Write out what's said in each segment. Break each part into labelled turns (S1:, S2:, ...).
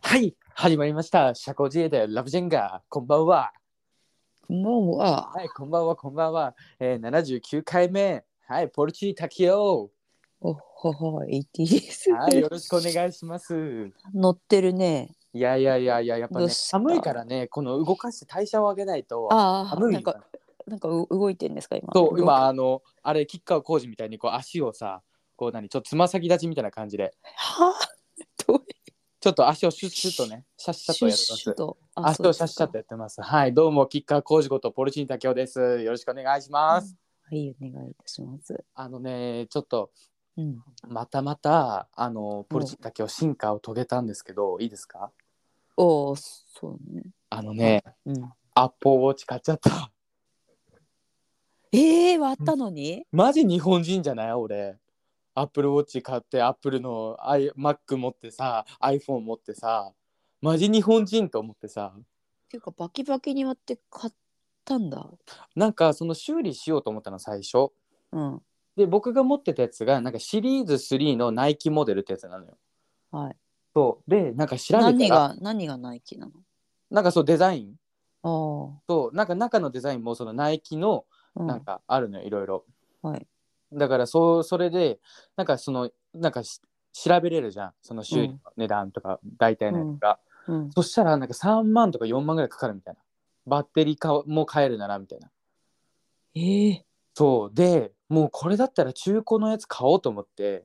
S1: はい、始まりました。社交辞令でラブジェンガー、こんばんは。
S2: こんばんは。
S1: はい、こんばんは、こんばんは。えー、79回目。はい、ポルチー滝雄。
S2: おほほ、80です。
S1: はい、よろしくお願いします。
S2: 乗ってるね。
S1: いやいやいやいや、やっぱ
S2: ど
S1: ね、
S2: うした
S1: 寒いからね、この動かして代謝を上げないと。
S2: ああ、
S1: 寒い
S2: なんか、なんかう動いてんですか、今。
S1: そう、今、あの、あれ、吉川浩司みたいに、こう、足をさ、こう、何、ちょっとつま先立ちみたいな感じで、
S2: はあ、どう
S1: ちょっと足をシュッシュッとね、シャッシャッとやってます。
S2: と。あ
S1: 足をシャッシャッと
S2: と。
S1: やってます。はい、どうも、吉川浩司ことポルチー滝雄です。よろしくお願いし
S2: うん
S1: ま
S2: は
S1: す。
S2: い、お願いいたします。
S1: あのね、ちょっと、
S2: うん。
S1: またまたあのポルチッタケを進化を遂げたんですけど、いいですか
S2: おお、そうね。
S1: あのね、
S2: うん。
S1: アップルウォッチ買っちゃった。
S2: ええー、割ったのに。
S1: マジ日本人じゃない俺。アップルウォッチ買って、アップルの i- Mac 持ってさ、iPhone 持ってさ、マジ日本人と思ってさ、
S2: っていうか、バキバキに割って買ったんだ。
S1: なんかその修理しようと思ったの最初。
S2: うん。
S1: で、僕が持ってたやつが、なんかシリーズ3のナイキモデルってやつなのよ。
S2: はい。
S1: そう。で、なんか調べ
S2: 何
S1: たら、
S2: が、何がナイキな
S1: なんかそうデザイン
S2: の。
S1: と、なんか中のデザインもそのナイキの、
S2: ああ。うん
S1: なんかあるのよいろいろ。
S2: はい
S1: だからそうそれでなんかそのなんかし調べれるじゃんその修理の値段とか、大体のやつが、
S2: うん。
S1: そしたらなんか3万とか4万ぐらいかかるみたいなバッテリーかも買えるならみたいな
S2: ええ
S1: そうでもうこれだったら中古のやつ買おうと思って
S2: ー。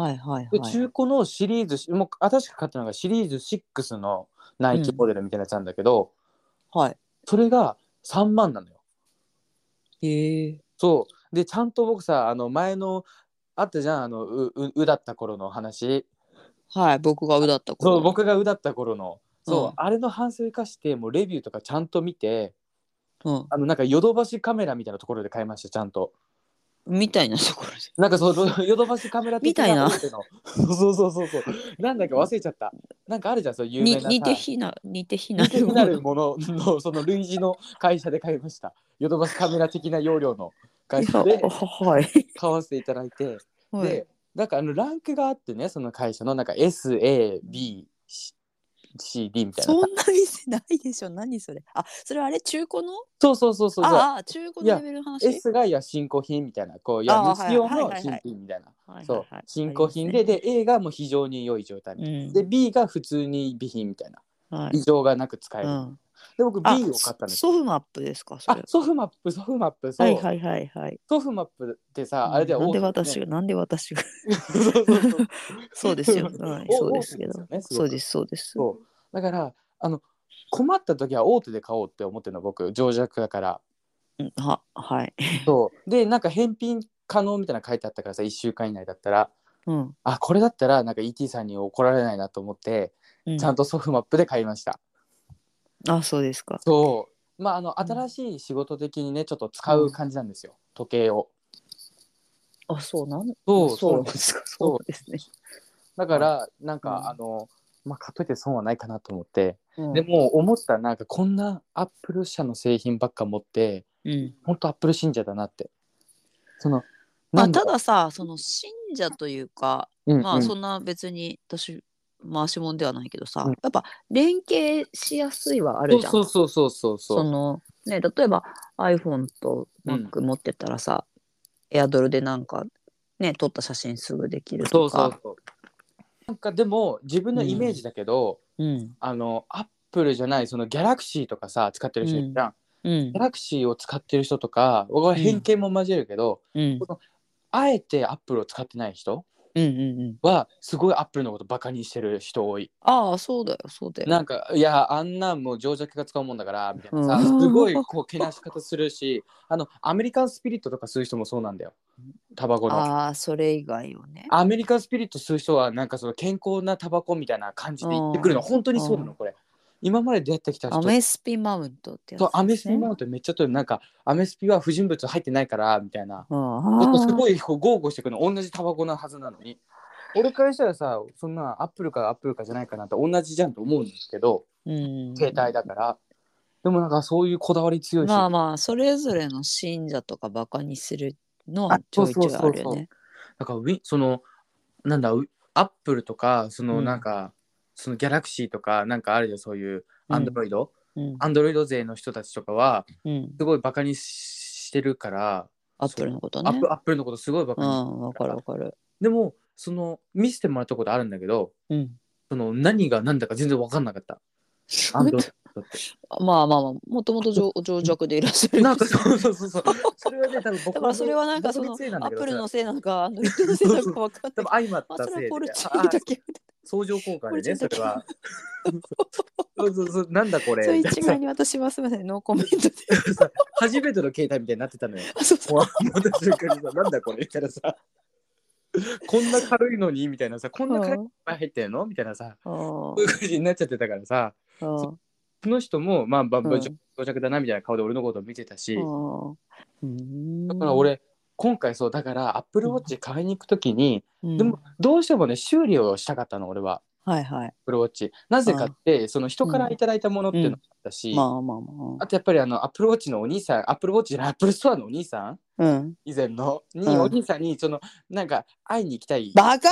S2: はいはい
S1: で
S2: はい。
S1: 中古のシリーズ、もう私が買ったのがシリーズ6のナイキモデルみたいなやつなんだけど、
S2: はい。
S1: それが3万なのよ
S2: ええー。
S1: そうでちゃんと僕さあの前のあったじゃんあのうううだった頃の話
S2: はい、僕がうだった頃
S1: そう僕がうだった頃のそう、
S2: うん
S1: あれの反省を生かしてもうレビューとかちゃんと見て
S2: うん。
S1: あのなんかヨドバシカメラみたいなところで買いましたちゃんと
S2: みたいなところで。
S1: なんかそう ヨドバシカメラ的
S2: みたいな
S1: 大手のそうそうそうそうなんだか忘れちゃったなんかあるじゃんそう有名
S2: に
S1: なさ
S2: 似て非な似て非な
S1: 似て
S2: る
S1: 非なるもののその類似の会社で買いましたヨドバシカメラ的な容量の会社で
S2: はい
S1: 買わせていただいて
S2: はい
S1: でなんかあのランクがあってねその会社のなんか SABCD みたいな
S2: そんな店ないでしょ何それあそれあれ中古の
S1: そうそうそうそうそう
S2: ああ中古のレベルの話
S1: S がいや新古品みたいなこういや
S2: あー
S1: 未使用
S2: はいはい
S1: の
S2: はい
S1: 新品みたいな
S2: はい
S1: そう
S2: はいはい
S1: 新古品で、で A がもう非常に良い状態
S2: う
S1: みたい
S2: ん
S1: なで B が普通に備品みたいな
S2: はい
S1: 異常がなく使え
S2: う
S1: る
S2: ん、
S1: で僕 B を買ったん
S2: あ
S1: です
S2: ソフマップですかそ
S1: あ
S2: れ
S1: ソフマップソフマップそ
S2: はいは
S1: う
S2: いはいはい
S1: ソフマップってさあれで
S2: なんで 私が、なんで私が そうですよ、はい、そうですけどそうですすそうです
S1: そうだからあの困った時は大手で買おうって思ってるの僕情弱だ から
S2: うんははい
S1: そうでなんか返品可能みたいなの書いてあったからさ1週間以内だったら
S2: うん、
S1: あこれだったらなんか ET さんに怒られないなと思って、
S2: うん、
S1: ちゃんとソフマップで買いました
S2: あそうですか
S1: そうまああの新しい仕事的にねちょっと使う感じなんですよ、時計を
S2: あそうなん
S1: そう
S2: そ
S1: そ
S2: うなん
S1: う
S2: ですかそうですね、
S1: だからなんか、
S2: うん
S1: あのまあ買っといて損はないかなと思って、
S2: うん、
S1: でも思ったなんかこんなアップル社の製品ばっか持って、
S2: うん
S1: 本当アップル信者だなって。その、な
S2: まあ、
S1: んだ
S2: た
S1: ろ
S2: ださその信者というか、
S1: う、
S2: ま
S1: う
S2: あ
S1: ん
S2: そんな別に私回しもんではないけどさ、
S1: うん
S2: やっぱ連携しやすいはあ
S1: う
S2: る
S1: ん、
S2: じゃん。
S1: そうそうそうそうそう
S2: そのね、例えば iPhone と Mac 持ってたらさ、エアドルでなんか、ね、撮った写真すぐできる
S1: そ
S2: と
S1: う
S2: か
S1: そうそう。なんかでも自分のイメージだけど、
S2: うん
S1: あのアップルじゃないそのギャラクシーとかさ使ってる人いるじゃん。
S2: うん
S1: ギャラクシーを使ってる人とか、僕は偏見も交えるけど、
S2: うん
S1: あえてアップルを使ってない人
S2: うんうんうん
S1: はすごいアップルのことバカにしてる人多い。
S2: ああそうだよそうだよ。
S1: なんかいやあんなんもう情弱が使うもんだからみたいなさ、
S2: うん
S1: すごいこうけなし方するし、あのアメリカンスピリットとかする人もそうなんだよ。タバコの。
S2: ああそれ以外をね。
S1: アメリカンスピリット吸う人はなんかその健康なタバコみたいな感じで言ってくるの
S2: うん
S1: 本当にそうなの
S2: うん
S1: これ今まで出会ってきた人
S2: アメスピマウントってやつ、
S1: そうアメスピマウ
S2: ン
S1: ントめっちゃとなんかアメスピは不純物入ってないからみたいな
S2: ト。
S1: ちょっ
S2: あ
S1: とす
S2: あ
S1: ごいこう豪語してくるの同じタバコなはずなのに俺からしたらさそんなアップルかアップルかじゃないかなって同じじゃんと思うんですけど
S2: うん
S1: 携帯だからでもなんかそういうこだわり強いし、
S2: まあまあそれぞれの信者とかバカにするのはちょいちょいあるよね。
S1: なんかウィそのなんだウィアップルとかその
S2: うん
S1: なんか、そのギャラクシーとかなんかあるよそういうアンドロイド
S2: うん
S1: アンドロイド勢の人たちとかは
S2: うん
S1: すごいバカにしてるから
S2: アップルのこと
S1: ア
S2: ね
S1: ップアップルのことすごいバカ
S2: う
S1: に、
S2: んわかるわかる
S1: でもその見せてもらったことあるんだけど
S2: うん
S1: その何が何だか全然分かんなかったアンドロイドって
S2: まあまあまあもともと上上弱でいらっしゃる
S1: なんかそうそうそうそう。それはね、多分僕
S2: だからそれはなんかそのア
S1: 僕のせいなんだけ
S2: ッ
S1: ど
S2: プルのせいなのかアンドロイドのせいなのかわかん
S1: 多
S2: ない
S1: 分相まっ
S2: まあ
S1: た
S2: そ
S1: せい
S2: れは
S1: で。
S2: ポルチ
S1: あ
S2: ーだけ
S1: 相乗効果
S2: ポ
S1: で
S2: ルチ
S1: ね、
S2: ー
S1: そ
S2: だけ
S1: れは。そうそうそう、なんだこれ。
S2: それ
S1: みたい
S2: 一
S1: な
S2: 概に私はすみませんノーコメン トで
S1: さ初めての携帯みたいになってたのよ。
S2: あそうそう
S1: もう、もう私の感じさなんだこれみたいなさ。こんな軽いのにみたいなさ、こんな軽いのいっぱい入ってんのみたいなさ、
S2: うん
S1: こういう感じになっちゃってたからさ、
S2: うん
S1: その人も、まあ、ば、
S2: う
S1: ば、
S2: ん
S1: 到着だなみたいな顔で俺のことを見てたし、だ
S2: だ
S1: から、俺、今回そう、だから、アップルウォッチ買いに行くときに、
S2: うん
S1: でも、どうしてもね修理をしたかったの俺は
S2: はいはい。
S1: プロウォッチなぜかってその人からいただいたものっていうのもあったし、
S2: まあまあま
S1: あとやっぱりあのアップルウォッチのお兄さんアップルウォッチじゃないアップルストアのお兄さん
S2: あ。うん。
S1: 以前のに、
S2: うん
S1: お兄さんにそのなんか会いに行きたい
S2: バカ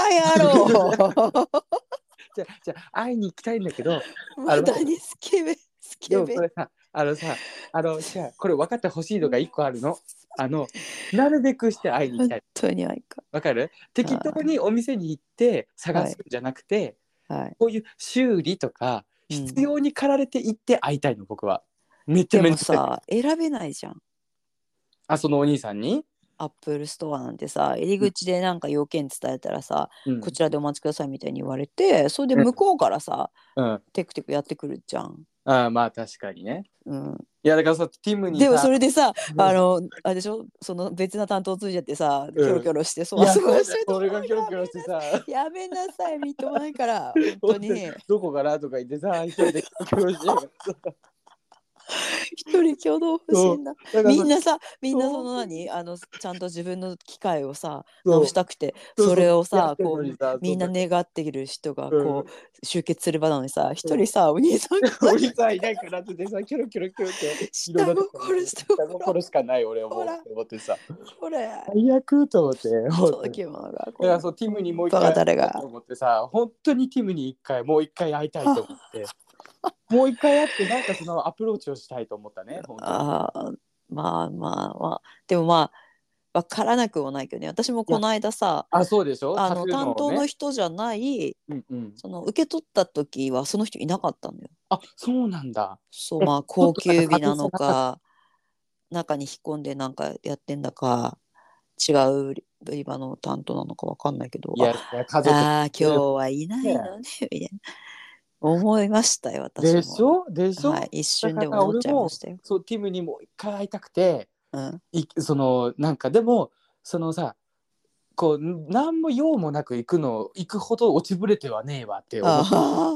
S2: 野郎
S1: じゃじゃ会いに行きたいんだけど
S2: まだにスケベ、ス
S1: で
S2: ケ
S1: も
S2: ベ
S1: こ。れさあのさあのじゃあこれ分かってほしいのが一個あるのあのなるべくして会いに行き
S2: 本
S1: たい
S2: 当にあいか。
S1: わかる適当にお店に行って探すんじゃなくて、
S2: はい。
S1: こういう修理とか
S2: うん
S1: 必要に駆られて行って会いたいの、僕は。めっち
S2: で
S1: ゃめっ
S2: も
S1: ちゃ。
S2: さ、選べないじゃん。
S1: あそのお兄さんに、
S2: アップルストアなんてさ入り口でなんか要件伝えたらさ、
S1: うん
S2: こちらでお待ちくださいみたいに言われてそれで向こうからさ、
S1: うん、
S2: テクテクやってくるじゃん、
S1: あまあ確かにね。
S2: うん、
S1: いやだからさティムにさ
S2: でもそれでさ
S1: うん
S2: あのあれでしょその別な担当通じちゃってさ
S1: ん
S2: キョロキョロしてそ
S1: い
S2: わ
S1: や
S2: そわして
S1: 俺がキョロキョロしてさ
S2: やめなさい、みっともないから、本当に。
S1: どこからとか言ってさ一人でキョロキョロして
S2: 一人共同不審だ。
S1: だから
S2: みんなさ、みんな
S1: そ
S2: そうの何、あの、ちゃんと自分の機会をさ、
S1: そう
S2: 直したくて、
S1: そうそう
S2: それをさ、
S1: やってん
S2: こ
S1: のに
S2: う。
S1: さ
S2: みんな
S1: そ
S2: 願っている人が
S1: うん
S2: こう集結する場なのにさ一人さお兄さんが
S1: うお兄さんいないからってでさキョロキョロキョロって
S2: 下心して
S1: 下心しかない俺はもう
S2: ほら
S1: 思ってさ
S2: これ
S1: 最悪と思って
S2: 届き物
S1: だ
S2: が
S1: から
S2: こ
S1: そうティムにもう一
S2: バ
S1: 回
S2: カ誰が
S1: と思ってさ本当にティムに一回もう一回会いたいと思ってもう一回会ってなんかそのアプローチをしたいと思ったね本
S2: う
S1: 当に
S2: あーまあまあまあでもまあわからなくもないけどね私もこの間さ
S1: あそうでしょ
S2: あ
S1: タト
S2: の
S1: ゥー
S2: 担当
S1: ね
S2: の人じゃない
S1: うんうん、
S2: その受け取った時はその人いなかったのよ。
S1: あそうなんだ
S2: そうまあ高級日なのか中に引っ込んでなんかやってんだか違う売り売り場の担当なのかわかんないけど
S1: いや
S2: あ
S1: いや家族
S2: あー今日はいないのねみたいな思いましたよ私も。
S1: でしょでしょ、
S2: はい、一瞬でも思っちゃいましたよ。
S1: そうティムにもう一回会いたくて
S2: うん、
S1: いそのなんかでもそのさこう何も用もなく行くの行くほど落ちぶれてはねえわって思っ
S2: あ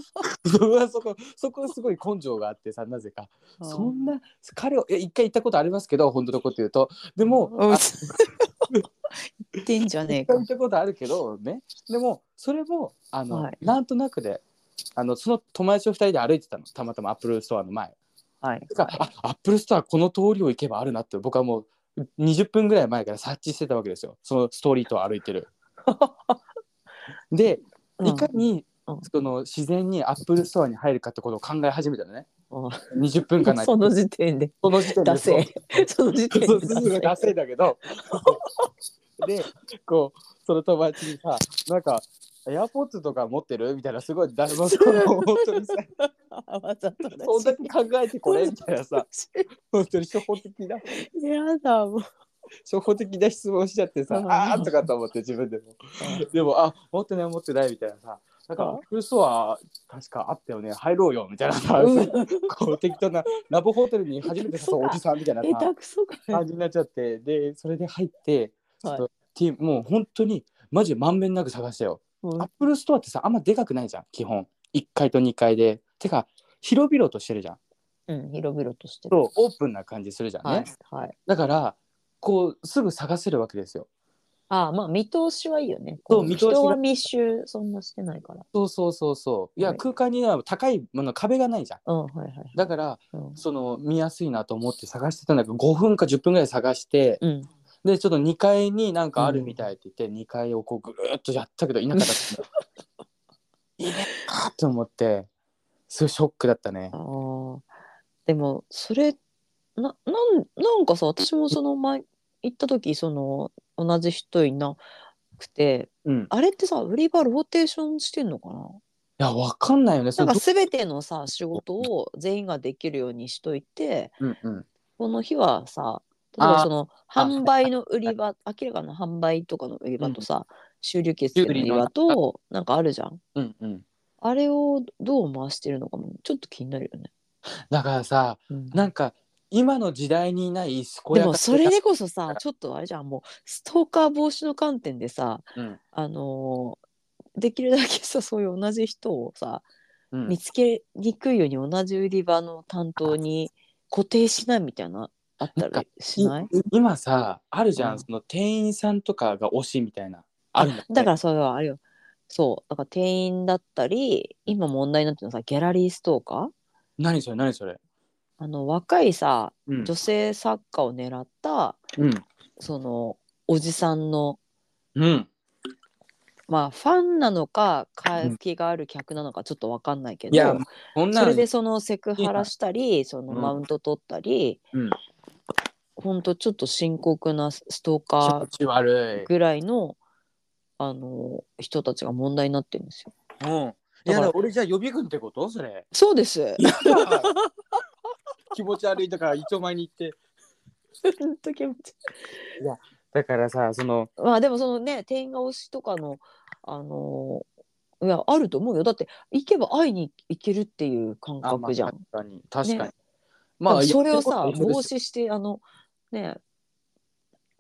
S1: 僕は そこそこはすごい根性があってさなぜか
S2: あ
S1: そんな彼をいや一回行ったことありますけど本当のこと言うとでも
S2: うん
S1: あ
S2: 言ってんじゃねえ
S1: 一
S2: か
S1: 回行。ったことあるけどねでもそれもあの、
S2: はい
S1: なんとなくであのその友達を二人で歩いてたのたまたまアップルストアの前
S2: はい
S1: だから、あアップルストアこの通りを行けばあるなって僕はもう20分ぐらい前から察知してたわけですよそのストーリーと歩いて るで
S2: うん
S1: いかに、
S2: うん
S1: その自然にアップルストアに入るかってことを考え始めたのね
S2: うん
S1: 20分間ない
S2: その時点で
S1: その時点で
S2: ダセえ。その時点で
S1: そう
S2: ダ
S1: す
S2: セ
S1: ぐ
S2: え
S1: ダセいんだけどでこうその友達にさなんかエアポッツとか持ってるみたいなすごい誰もその本当 にさ
S2: わざとだし
S1: そんだけ考えてこれみたいなさ 本当に初歩的な
S2: やだもう。
S1: 初歩的な質問をしちゃってさ
S2: うん
S1: あーとかと思って自分でもでもあ持ってない持ってないみたいなさなんか
S2: うん
S1: アップルストア確かあったよね入ろうよみたいなさ、
S2: うん
S1: こう適当なラブホテルに初めて誘うおじさんみたいなさ
S2: 下手くそか。
S1: 感じになっちゃってでそれで入ってちょ
S2: はい
S1: っと、ティーもう本当にマジでまんべんなく探したよ、
S2: うん
S1: アップルストアってさあんまでかくないじゃん基本1階と2階でてか広々としてるじゃん
S2: うん、広々としてる。
S1: そうオープンな感じするじゃんね、
S2: はい。はい。
S1: だからこうすぐ探せるわけですよ
S2: ああ、まあ、見通しはいいよね。
S1: そう
S2: こ
S1: 見通しが
S2: 人は密集、そんなしてないから。
S1: そうそうそうそういや、
S2: はい
S1: 空間には高いもの壁がないじゃん
S2: うん、はいはい。
S1: だから
S2: うん。
S1: その見やすいなと思って探してたんだけど5分か10分ぐらい探して
S2: うん、
S1: でちょっと2階になんかあるみたいって言って、2階をこうぐるーっとやったけどいなかった あと思ってすごいショックだったね
S2: あーでもそれななんなんかさ私もその前行った時その同じ人いなくて
S1: うん
S2: あれってさ売り場ローテーションしてんのかない
S1: やわかんないよねそ
S2: なん
S1: の
S2: か全てのさ仕事を全員ができるようにしといて
S1: うんうん
S2: この日はさ例えば
S1: あー
S2: その
S1: あ
S2: 販売の売り場明らかな販売とかの売り場とさ、収入決済の売り
S1: 修理
S2: 場
S1: の
S2: となんかあるじゃん
S1: うんうん
S2: あれをどう回してるのかもちょっと気になるよね、
S1: だからさ
S2: うん
S1: なんか今の時代にない健
S2: で
S1: やか
S2: もそれでこそ
S1: か
S2: さ
S1: ら
S2: ちょっとあれじゃんもうストーカー防止の観点でさ
S1: うん
S2: あのーできるだけさそういう同じ人をさ
S1: うん
S2: 見つけにくいように同じ売り場の担当に固定しないみたいなあった
S1: なん
S2: らしない
S1: い今さあるじゃん、
S2: うん
S1: その店員さんとかが推しみたいなあるんだって
S2: だからそれはあれよそうだから店員だったり今問題になってるのはさギャラリーストーカー
S1: 何それ何それ
S2: あの若いさ
S1: うん
S2: 女性作家を狙った
S1: うん
S2: そのおじさんの
S1: うん
S2: まあファンなのか買気がある客なのかちょっと分かんないけ
S1: いや
S2: ど、
S1: こんな
S2: そ
S1: ん
S2: れでそのセクハラしたりその
S1: うん
S2: マウント取ったり、
S1: うん
S2: ほんとちょっと深刻なストー
S1: 気
S2: カ
S1: 持ち悪
S2: ーぐらいのあの人たちが問題になってるんですよ。
S1: いうんい
S2: だ
S1: や
S2: から
S1: だ俺じゃあ予備軍ってことそ れ
S2: そうです。
S1: 気持ち悪いだから一丁前に行って
S2: ほんと気持ち
S1: だからさその
S2: まあでもそのね店員が推しとかのあのいやあると思うよだって行けば会いに行けるっていう感
S1: あまあ
S2: 覚じゃん。
S1: 確かに確かに、
S2: ね
S1: まあ
S2: それをさ
S1: やってることは一緒
S2: 防
S1: ですよ
S2: 止してあのね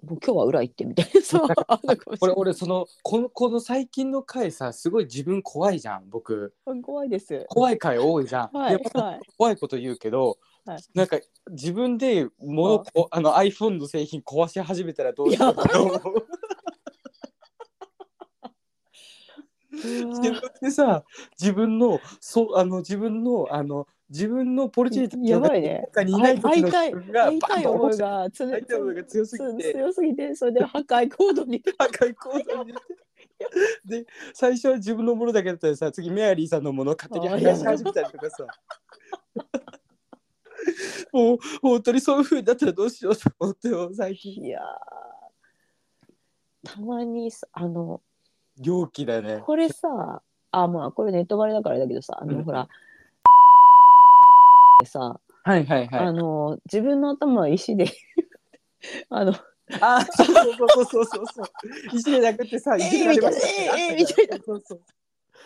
S2: もう今日は裏行ってみたい なさあるかもし
S1: 俺
S2: れ
S1: 俺そのこのこの最近の回さすごい自分怖いじゃん僕
S2: ない怖いです
S1: 怖い回多いじゃん、
S2: は
S1: や
S2: い
S1: っぱ
S2: はい
S1: 怖いこと言うけど、
S2: はい
S1: なんか自分で物こあの iPhone の製品壊し始めたらどうしようかと思う 自分でさ自分のそうあの自分のあの自分のポルチータ
S2: やばいね
S1: 中にいない時の
S2: 会い
S1: 自分が
S2: 会い
S1: バ
S2: た
S1: ン
S2: い
S1: と
S2: 思
S1: 落
S2: い
S1: ちた
S2: がつ
S1: 会いたい思いが強すぎて
S2: 強すぎてそれで破壊行動に
S1: 赤いコードに入れてで最初は自分のものだけだったらさ次メアリーさんのものを勝手に剥がし始めたりとか さもう本当にそういうふうになったらどうしようと思っても最近
S2: いやーたまにさあの
S1: 狂気だね
S2: これさあまあこれネットバレだからあれだけどさあ
S1: う
S2: の
S1: ん
S2: ほら、さ
S1: はいはいは
S2: あ
S1: い
S2: の自分の頭は石で あの
S1: あそうそうそうそうそうそう石でなくてさ
S2: えー
S1: 石でなくて
S2: えーえーみたいな
S1: そうそう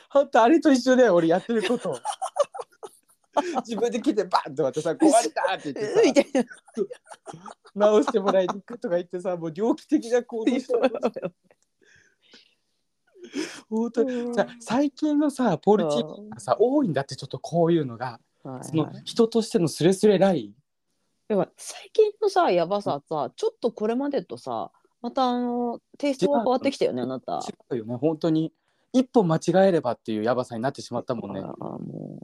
S1: 本当あれと一緒だよ俺やってること 自分で来てバンとまたさ壊れたって言って さ
S2: みたいな
S1: 直してもらいに行くとか言ってさもう猟奇的な 行動してる本当にさ最近のさポルチー
S2: うん
S1: タさ多いんだってちょっとこういうのが
S2: はい
S1: その
S2: はい
S1: 人としてのスレスレライン
S2: でも最近のさやばささちょっとこれまでとさまたあのテイストが変わってきたよねあなた。
S1: 違うよね本当に一歩間違えればっていうやばさになってしまったもんね
S2: ああも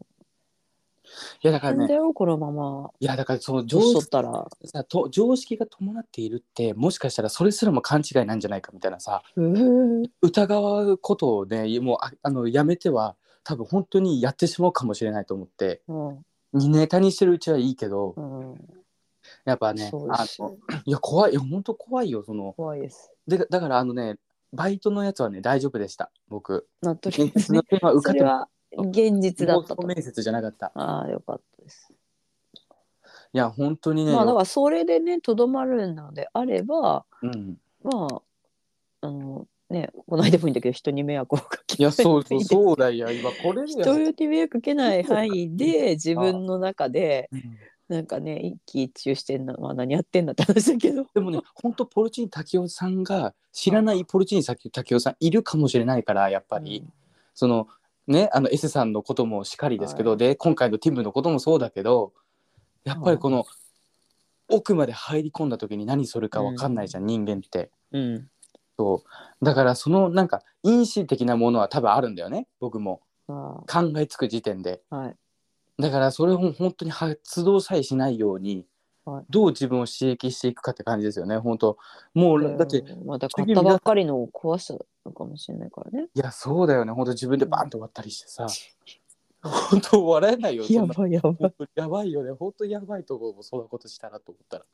S1: いやだ
S2: う
S1: から
S2: なん
S1: ね
S2: だよこのまま
S1: いやだからその常
S2: どうしとっ
S1: 識
S2: たら。
S1: さと常識が伴っているってもしかしたらそれすらも勘違いなんじゃないかみたいなさ
S2: うー
S1: 疑うことをねもうああのやめては多分本当にやってしまうかもしれないと思って
S2: うん
S1: ネタにしてるうちはいいけど
S2: うん
S1: やっぱね
S2: そう
S1: あ
S2: です
S1: のいや怖いいや本当怖いよその
S2: 怖いです。
S1: でだからあのねバイトのやつはね大丈夫でした 僕
S2: なっとり
S1: 面
S2: です
S1: 接
S2: ね
S1: の。件は受か
S2: そ
S1: っ
S2: れ
S1: て
S2: は現実だったと
S1: 妄想。面接じゃなかった
S2: ああよかったです。
S1: いや本当にね、
S2: まあだからそれでねとどまるのであれば
S1: うん、
S2: まああのねこの間もいいんだけど人に迷惑をか
S1: い
S2: け
S1: やそう そう
S2: う。
S1: そうだいや今これで
S2: 人に迷惑かけない範囲で自分の中で
S1: うん
S2: なんかね一喜一憂してんのは何やってんだって話だけど。
S1: でもね本当ポルチーニ滝雄さんが知らないポルチーニ滝滝雄さんいるかもしれないからやっぱり、そのねあの S さんのこともしかりですけど、
S2: はい
S1: で今回のティムのこともそうだけどやっぱりこの、奥まで入り込んだ時に何するかわかんないじゃん、人間って。
S2: うん。
S1: そうだからそのなんか因子的なものは多分あるんだよね僕も
S2: あ
S1: 考えつく時点で
S2: あはい。
S1: だからそれを本当に発動さえしないように
S2: はい
S1: どう自分を刺激していくかって感じですよね本当もうだって、
S2: うんまだ買ったばっかりのを壊したのかもしれないからね。
S1: いやそうだよね本当自分でバーンと割ったりして さ、本当笑えないよそ
S2: や
S1: んな
S2: ばいやばい。
S1: 本当やばいよね本当やばいとこもそんなことしたらと思ったら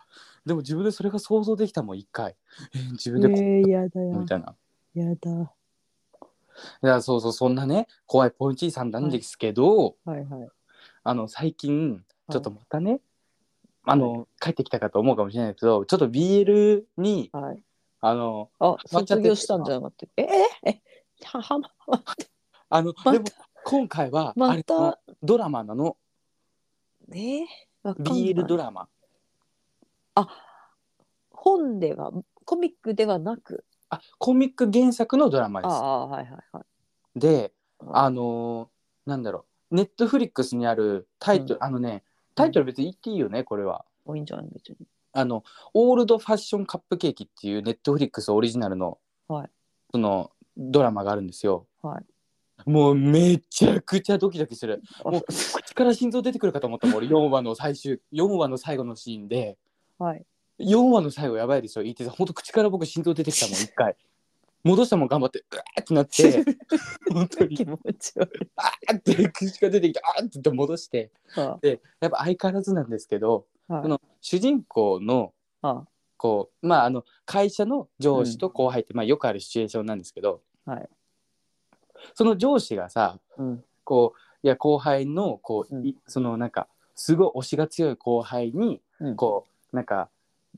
S1: でも自分でそれが想像できたもん一回、えー自
S2: え
S1: 分でこう
S2: ー、やだや
S1: みたいな
S2: やだ。はい
S1: やそうそうそんなね怖いポンチーさんなんですけど、
S2: いはい。
S1: あの最近
S2: はい
S1: ちょっとまたね、あの帰ってきたかと思うかもしれないけどちょっと BL に
S2: はい。
S1: あの
S2: あ、
S1: まっちゃっ
S2: 卒
S1: て
S2: 業したんじゃなかった。えええははま
S1: あの、
S2: また
S1: でも今回はあ
S2: ま
S1: れの
S2: た
S1: ドラマなの
S2: えー、わかんない
S1: BL ドラマ
S2: 本ではコミックではなく。
S1: あコミック原作のドラマ
S2: あ
S1: です
S2: あはいはいはい。
S1: であのーなんだろうネットフリックスにあるタイトル、あのねタイトル別に言っていいよねこれは
S2: もういいんじゃない別に。
S1: あのオールドファッションカップケーキっていうネットフリックスオリジナルの、
S2: はい
S1: そのドラマがあるんですよ、
S2: は
S1: もうめちゃくちゃドキドキする
S2: あ
S1: もう口から心臓出てくるかと思ったもん俺4話の最終4話の最後のシーンで
S2: はい。
S1: 4話の最後やばいでしょ言ってた本当口から僕心臓出てきたもん一回戻したもん頑張ってうわーってな って本当に
S2: 気持ち悪い。
S1: あーって 口が出てきてあーって言って戻して
S2: あ
S1: でやっぱ相変わらずなんですけど
S2: はい
S1: その主人公の
S2: あ
S1: こうまああの会社の上司と後輩って、まあ、よくあるシチュエーションなんですけど、
S2: はい
S1: その上司がさ
S2: うん
S1: こういや後輩のこう、
S2: うん
S1: いそのなんかすごい推しが強い後輩に
S2: うん
S1: こうなんか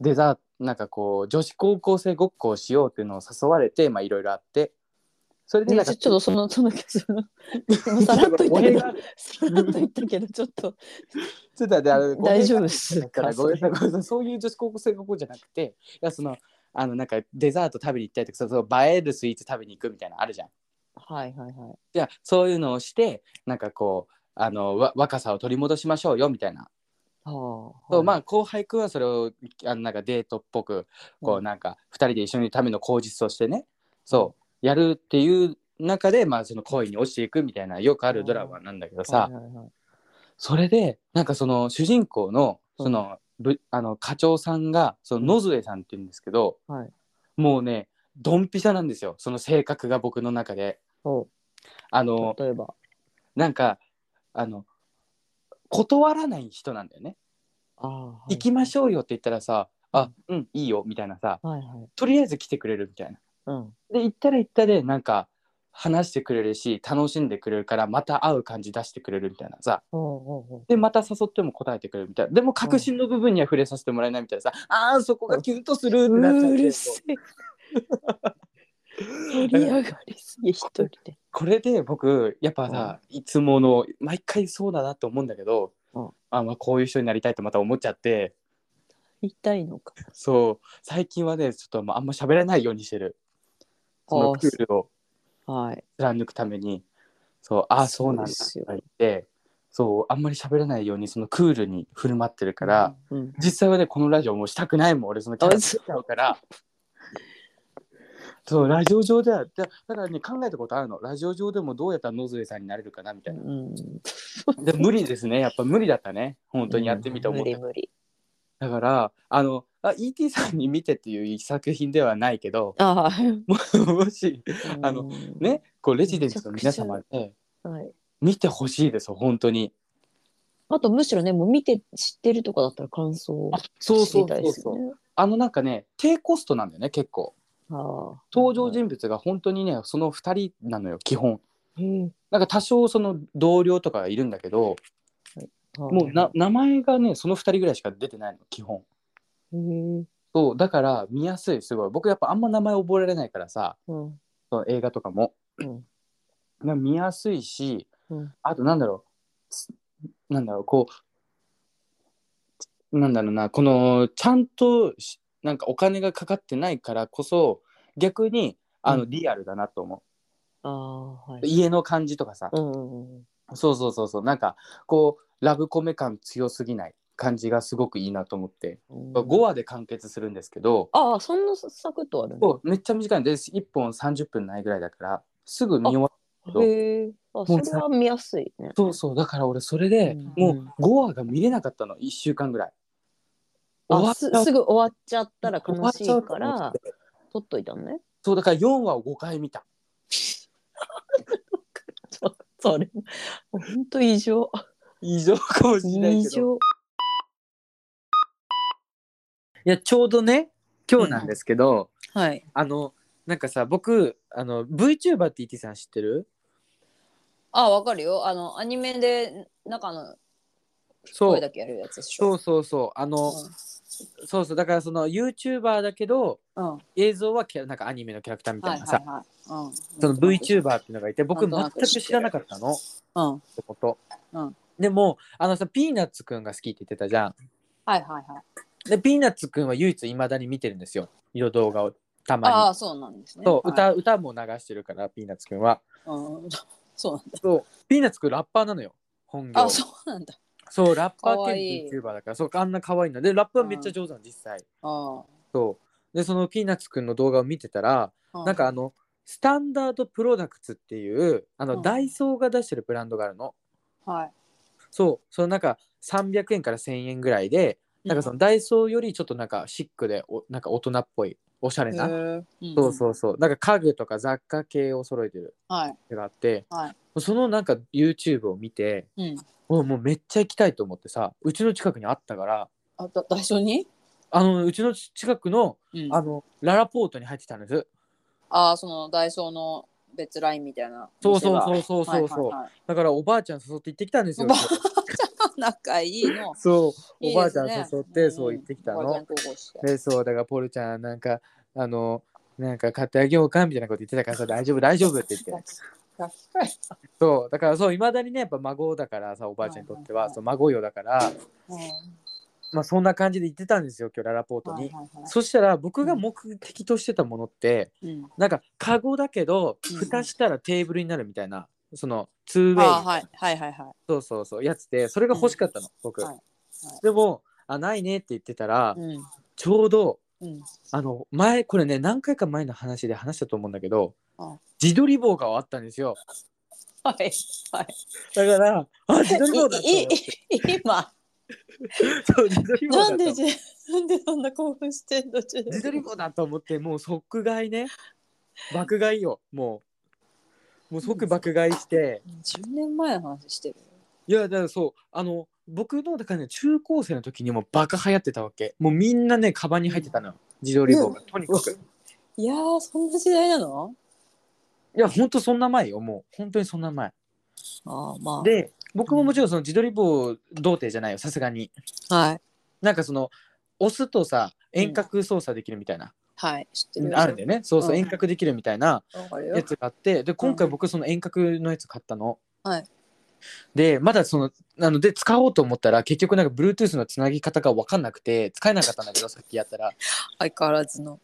S1: デザートなんかこう女子高校生ごっこをしようっていうのを誘われてまあいろいろあってそれでな
S2: ね
S1: ん
S2: ち
S1: か
S2: ょちょっ とそのそのその今さらっと言っ
S1: ちょっと俺
S2: たけど
S1: が
S2: さらっと言ったけどちょっと
S1: ちょっと待ってあのごめんな
S2: 大
S1: さい
S2: 丈夫っす
S1: だか
S2: から
S1: ごめんなさいごめんなさいそういう女子高校生がこうじゃなくていやそのあのなんかデザート食べに行ったりとかそのその映えるスイーツ食べに行くみたいなのあるじゃん。
S2: はいはいはい。
S1: じゃあそういうのをしてなんかこうあのわ若さを取り戻しましょうよみたいな。
S2: ああ。
S1: そうま
S2: あ
S1: あ後輩くんはそれをあのなんかデートっぽくこ
S2: う
S1: うんなんか2人で一緒にいるための口実としてねそうやるっていう中でまあその恋に落ちていくみたいなよくあるドラマなんだけどさ、
S2: はいはいはい
S1: それでなんかその主人公のその,、ぶあの課長さんがその野添さんって言うんですけど、
S2: はい
S1: もうねドンピシャなんですよその性格が僕の中で。
S2: そ
S1: あ
S2: う
S1: の
S2: 例えば
S1: なんかあの断らない人なんだよね、
S2: ああ、はい
S1: 行きましょうよって言ったらさ「あうんいいよ」みたいなさ
S2: はいはい。
S1: とりあえず来てくれるみたいな。
S2: うん。
S1: で行ったら行ったでなんか話してくれるし楽しんでくれるからまた会う感じ出してくれるみたいなさ
S2: おうおうおう
S1: でまた誘っても答えてくれるみたいなでも確信の部分には触れさせてもらえないみたいなさ、あーそこがキュンとするって
S2: う
S1: なっちゃって
S2: るせえ。 盛り上がりすぎ一人で。
S1: これで僕やっぱさ、いつもの毎回そうだなと思うんだけど、
S2: うん
S1: あまあこういう人になりたいとまた思っちゃって
S2: 痛いのか。
S1: そう最近はねちょっとまああんま喋らないようにしてるその
S2: あー
S1: クールを
S2: はい。
S1: 貫くためにそうああそうなんだ
S2: そうです
S1: と
S2: よ
S1: か言ってそうあんまり喋らないようにそのクールに振る舞ってるから。
S2: うん。
S1: 実際はねこのラジオもうしたくないもん俺そのキャラ
S2: あ
S1: つ
S2: そ
S1: いちゃうからそうラジオ上ではだだからね考えたことあるのラジオ上でもどうやったら野添さんになれるかなみた
S2: う
S1: いな、
S2: ん。
S1: で無理ですねやっぱ無理だったね本当にやってみて思った、
S2: 無理無理。
S1: だからあのあ ET さんに見てっていう作品ではないけど
S2: ああ。
S1: ももしあの
S2: うん、
S1: ねこうレジデンスの皆様で
S2: はい。
S1: 見てほしいです本当に
S2: あとむしろね、もう見て知ってるとかだったら感想を
S1: そう
S2: 知
S1: そ
S2: り
S1: う
S2: たい
S1: そ
S2: で
S1: う
S2: す
S1: そ
S2: よ
S1: う
S2: ね。
S1: あのなんかね低コストなんだよね結構
S2: ああ。
S1: 登場人物が本当にねその2人なのよ基本
S2: 物。
S1: なんか多少その同僚とかがいるんだけどもうな。名前がねその2人ぐらいしか出てないの基本
S2: へえ。うん。
S1: そうだから見やすいすごい僕やっぱあんま名前覚えられないからさ
S2: うん。
S1: その映画とかも、
S2: うん
S1: な見やすいし
S2: うん
S1: あとなんだろうすなんだろうこうなんだろうなこのちゃんとしなんかお金がかかってないからこそ逆にあの
S2: う
S1: リアルだなと思
S2: ああ、は
S1: う、
S2: い。
S1: 家の感じとかさ、
S2: うんうんうん。
S1: そうそうそうそうなんかこうラブコメ感強すぎない感じがすごくいいなと思って、5話で完結するんですけど、
S2: ああ、そんなサクッとあるんだ
S1: そうめっちゃ短いんです1本30分ないぐらいだからすぐ見終わど
S2: へえ。あ、それは見やすいね。
S1: そうそうだから俺それで、
S2: うん
S1: もう5話が見れなかったの1週間ぐらい終わ
S2: あ
S1: っち
S2: す
S1: ゃう
S2: すぐ終わっちゃったら
S1: 終わ
S2: 悲
S1: っ
S2: し
S1: ちゃう
S2: い
S1: と
S2: か
S1: 思って
S2: ら撮っといたのね
S1: そうだから4話を5回見た
S2: そ それ本当異常
S1: 異常かもしれない
S2: 異
S1: けど
S2: 常
S1: いやちょうどね今日なんですけど、
S2: はい
S1: あのなんかさ僕あの VTuber って ET さん知ってる
S2: あわかるよあのアニメで中の
S1: そ
S2: 声
S1: う
S2: だけやるやつでし
S1: そ
S2: ょ
S1: うそうそうあの、そうそうだからその YouTuber だけど
S2: うん、うん、
S1: 映像はキャラなんかアニメのキャラクターみた
S2: はいい
S1: な
S2: は
S1: さ、
S2: いはい、うん、
S1: その VTuber っていうのがいて僕
S2: な
S1: 全
S2: んとなく
S1: く
S2: 知ってる
S1: 知らなかったの
S2: うんはい
S1: ってこと、
S2: うん
S1: でもあのさピーナッツくんが好きって言ってたじゃん
S2: はいはい
S1: でピーナッツくんは唯一いまだに見てるんですよ色動画をた
S2: あ
S1: ま
S2: あそうなんですね
S1: にそう、
S2: はい
S1: 歌歌も流してるからピーナッツくんは
S2: うん、そうなんだ
S1: そうピーナッツくんラッパーなのよ本業
S2: あそうなんだ
S1: そうラッパ
S2: か
S1: ー
S2: わい
S1: 兼
S2: い
S1: VTuber だからそうあんな可愛いのでラップはめっちゃ上手なの実際
S2: あ
S1: そうでそのピーナッツくんの動画を見てたら
S2: あ
S1: なんかあのスタンダードプロダクツっていうあの、
S2: うん
S1: ダイソーが出してるブランドがあるの
S2: はい
S1: そうそのなんか300円から1000円ぐらいでなんかそのダイソーよりちょっとなんかシックでおなんか大人っぽいおしゃれな、
S2: へえ
S1: そうそうそうなんか家具とか雑貨系を揃えてる
S2: うんはい
S1: のがあって、
S2: は
S1: そのなんか YouTube を見て
S2: うん
S1: おもうめっちゃ行きたいと思ってさうちの近くにあったから
S2: あだ大将に、
S1: あのうちの近くの
S2: うん、
S1: あのララポートに入ってたんです
S2: ああそのダイソーの別ラインみたいな
S1: そうそう
S2: う
S1: そうそうそうそう、
S2: はいはい はい
S1: だからおばあちゃん誘って行ってきたんですよ
S2: おばあ仲いいの
S1: そう
S2: い
S1: お
S2: い
S1: ば
S2: で
S1: あち
S2: す
S1: ゃん
S2: ね
S1: 誘ってそう言ってきた
S2: おばあちゃ
S1: の
S2: ん投稿して
S1: でそうだからポルちゃんなんかあのなんか買ってあげようかみたいなこと言ってたから さ大丈夫大丈夫って言って
S2: ガキかい
S1: そうだからそういまだにねやっぱ孫だからさおばあちゃんにとって
S2: はいは
S1: は
S2: いはい
S1: そう孫よだから
S2: うん
S1: まあそんな感じで言ってたんですよ今日ララポート
S2: はい
S1: に。
S2: はいはい
S1: そしたら僕が目的としてたものって
S2: うん
S1: なんかカゴだけど
S2: うん
S1: 蓋したらテーブルになるみたいなその 2way
S2: あーはいはいはいはい
S1: そうそうそうやつでそれが欲しかったの僕
S2: はいはい
S1: でもあないねって言ってたら
S2: うん
S1: ちょうど
S2: うん
S1: あの前これね何回か前の話で話したと思うんだけど
S2: あ
S1: 自撮り棒があったんですよ
S2: はいはい
S1: だからあ自撮り棒だと
S2: い
S1: 思
S2: い
S1: っ
S2: い
S1: て
S2: 今
S1: そう自撮り棒だ
S2: な
S1: と
S2: んでじなんでそんな興奮してんの自
S1: 自撮り棒だと思ってもう即買いね爆買いよもうもう即爆買いして
S2: 10年前の話してる
S1: いやだからそうあの僕のだからね中高生の時にもバカ流行ってたわけもうみんなねカバンに入ってたのよ自撮り棒が、とにかく
S2: いやーそんな時代なの
S1: いやほんとそんな前よもう本当にそんな前
S2: ああまあ
S1: で僕ももちろんその自撮り棒童貞じゃないよさすがに
S2: はい
S1: なんかその押すとさ遠隔操作できるみたいな、
S2: はい知ってるよ
S1: あるんだよねそうそう、
S2: うん
S1: 遠隔できるみたいな
S2: わかるよ
S1: やつがあってで今回僕その遠隔のやつ買ったの。
S2: はい
S1: でまだそのなので使おうと思ったら結局なんか Bluetooth のつなぎ方が分かんなくて使えなかったんだ けどさっきやったら
S2: 相変わらずの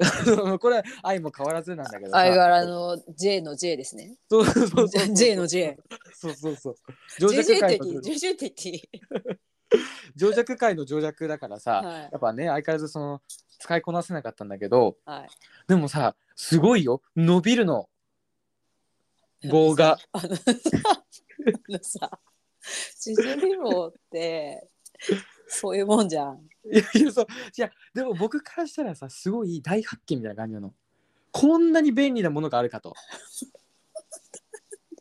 S1: これは愛も変わらずなんだけどさ
S2: 相変わらずの J の J ですね
S1: そうそうそうそう
S2: J の J
S1: そうそうそう情
S2: JJ
S1: 弱
S2: っ
S1: 界
S2: て
S1: の
S2: 言って JJ って言っていい
S1: 情弱界の情弱だからさ、
S2: はい
S1: やっぱね相変わらずその使いこなせなかったんだけど
S2: はい
S1: でもさすごいよ伸びるの棒が
S2: あのさ、あのさ、自撮り棒って、そういうもんじゃん。
S1: いやいやそういやでも僕からしたらさすごい大発見みたいな感じなのこんなに便利なものがあるかと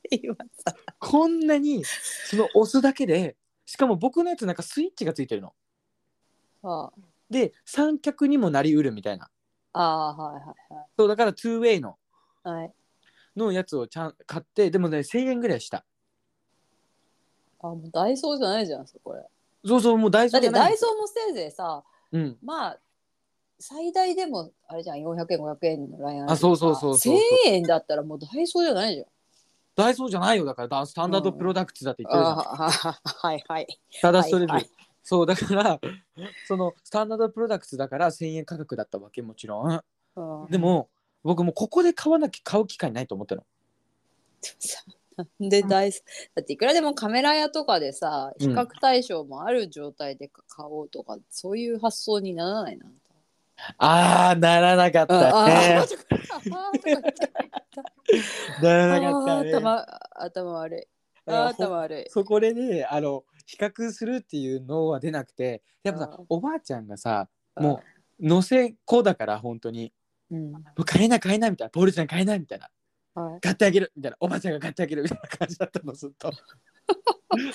S2: 今さ、
S1: こんなにその押すだけでしかも僕のやつなんかスイッチがついてるの
S2: あ
S1: で三脚にもなりうるみたいな
S2: あー、はいは
S1: そうだから 2way の
S2: いはい。はい、
S1: のやつをちゃん買ってでもね1000円ぐらいした
S2: あもうダイソーじゃないじゃん、そこれ。
S1: そうそうもうダイソ
S2: だ
S1: ー
S2: っ
S1: じ
S2: て
S1: ゃな
S2: ダ
S1: い
S2: イソーもせいぜいさ、
S1: うん
S2: まあ、最大でも、あれじゃん、400円、500円のライン
S1: あそうそうそうそう
S2: 1000円だったらもうダイソーじゃないじゃん。
S1: ダイソーじゃないよだからダスタンダードプロダクツだって言ってるじゃん、
S2: あーはいはい。
S1: ただそれで、
S2: はいはい
S1: そうだからそのスタンダードプロダクツだから1000円価格だったわけもちろん
S2: うん、
S1: でも僕もうここで買わなきゃ買う機会ないと思ったの
S2: さなん で大好だっていくらでもカメラ屋とかでさ
S1: う
S2: 比
S1: ん
S2: 較対象もある状態でか買おうとか、そういう発想にならないな。
S1: あーならなかっ
S2: あ
S1: た
S2: あ
S1: ね
S2: ーとかあーとか言って
S1: な
S2: あ
S1: らなかった
S2: ー
S1: ね
S2: 頭頭悪いあー
S1: あ
S2: 頭悪い
S1: そこでねあの比較するっていうのは出なくてやっぱさ
S2: うん
S1: おばあちゃんがさもう乗せ子だから本当に
S3: う、うん、
S1: 「もう買えない買えない」みたいな「ポールちゃん買えない」みたいな
S3: はい
S1: 「買ってあげる」みたいな「おばちゃんが買ってあげる」みたいな感じだったのずっと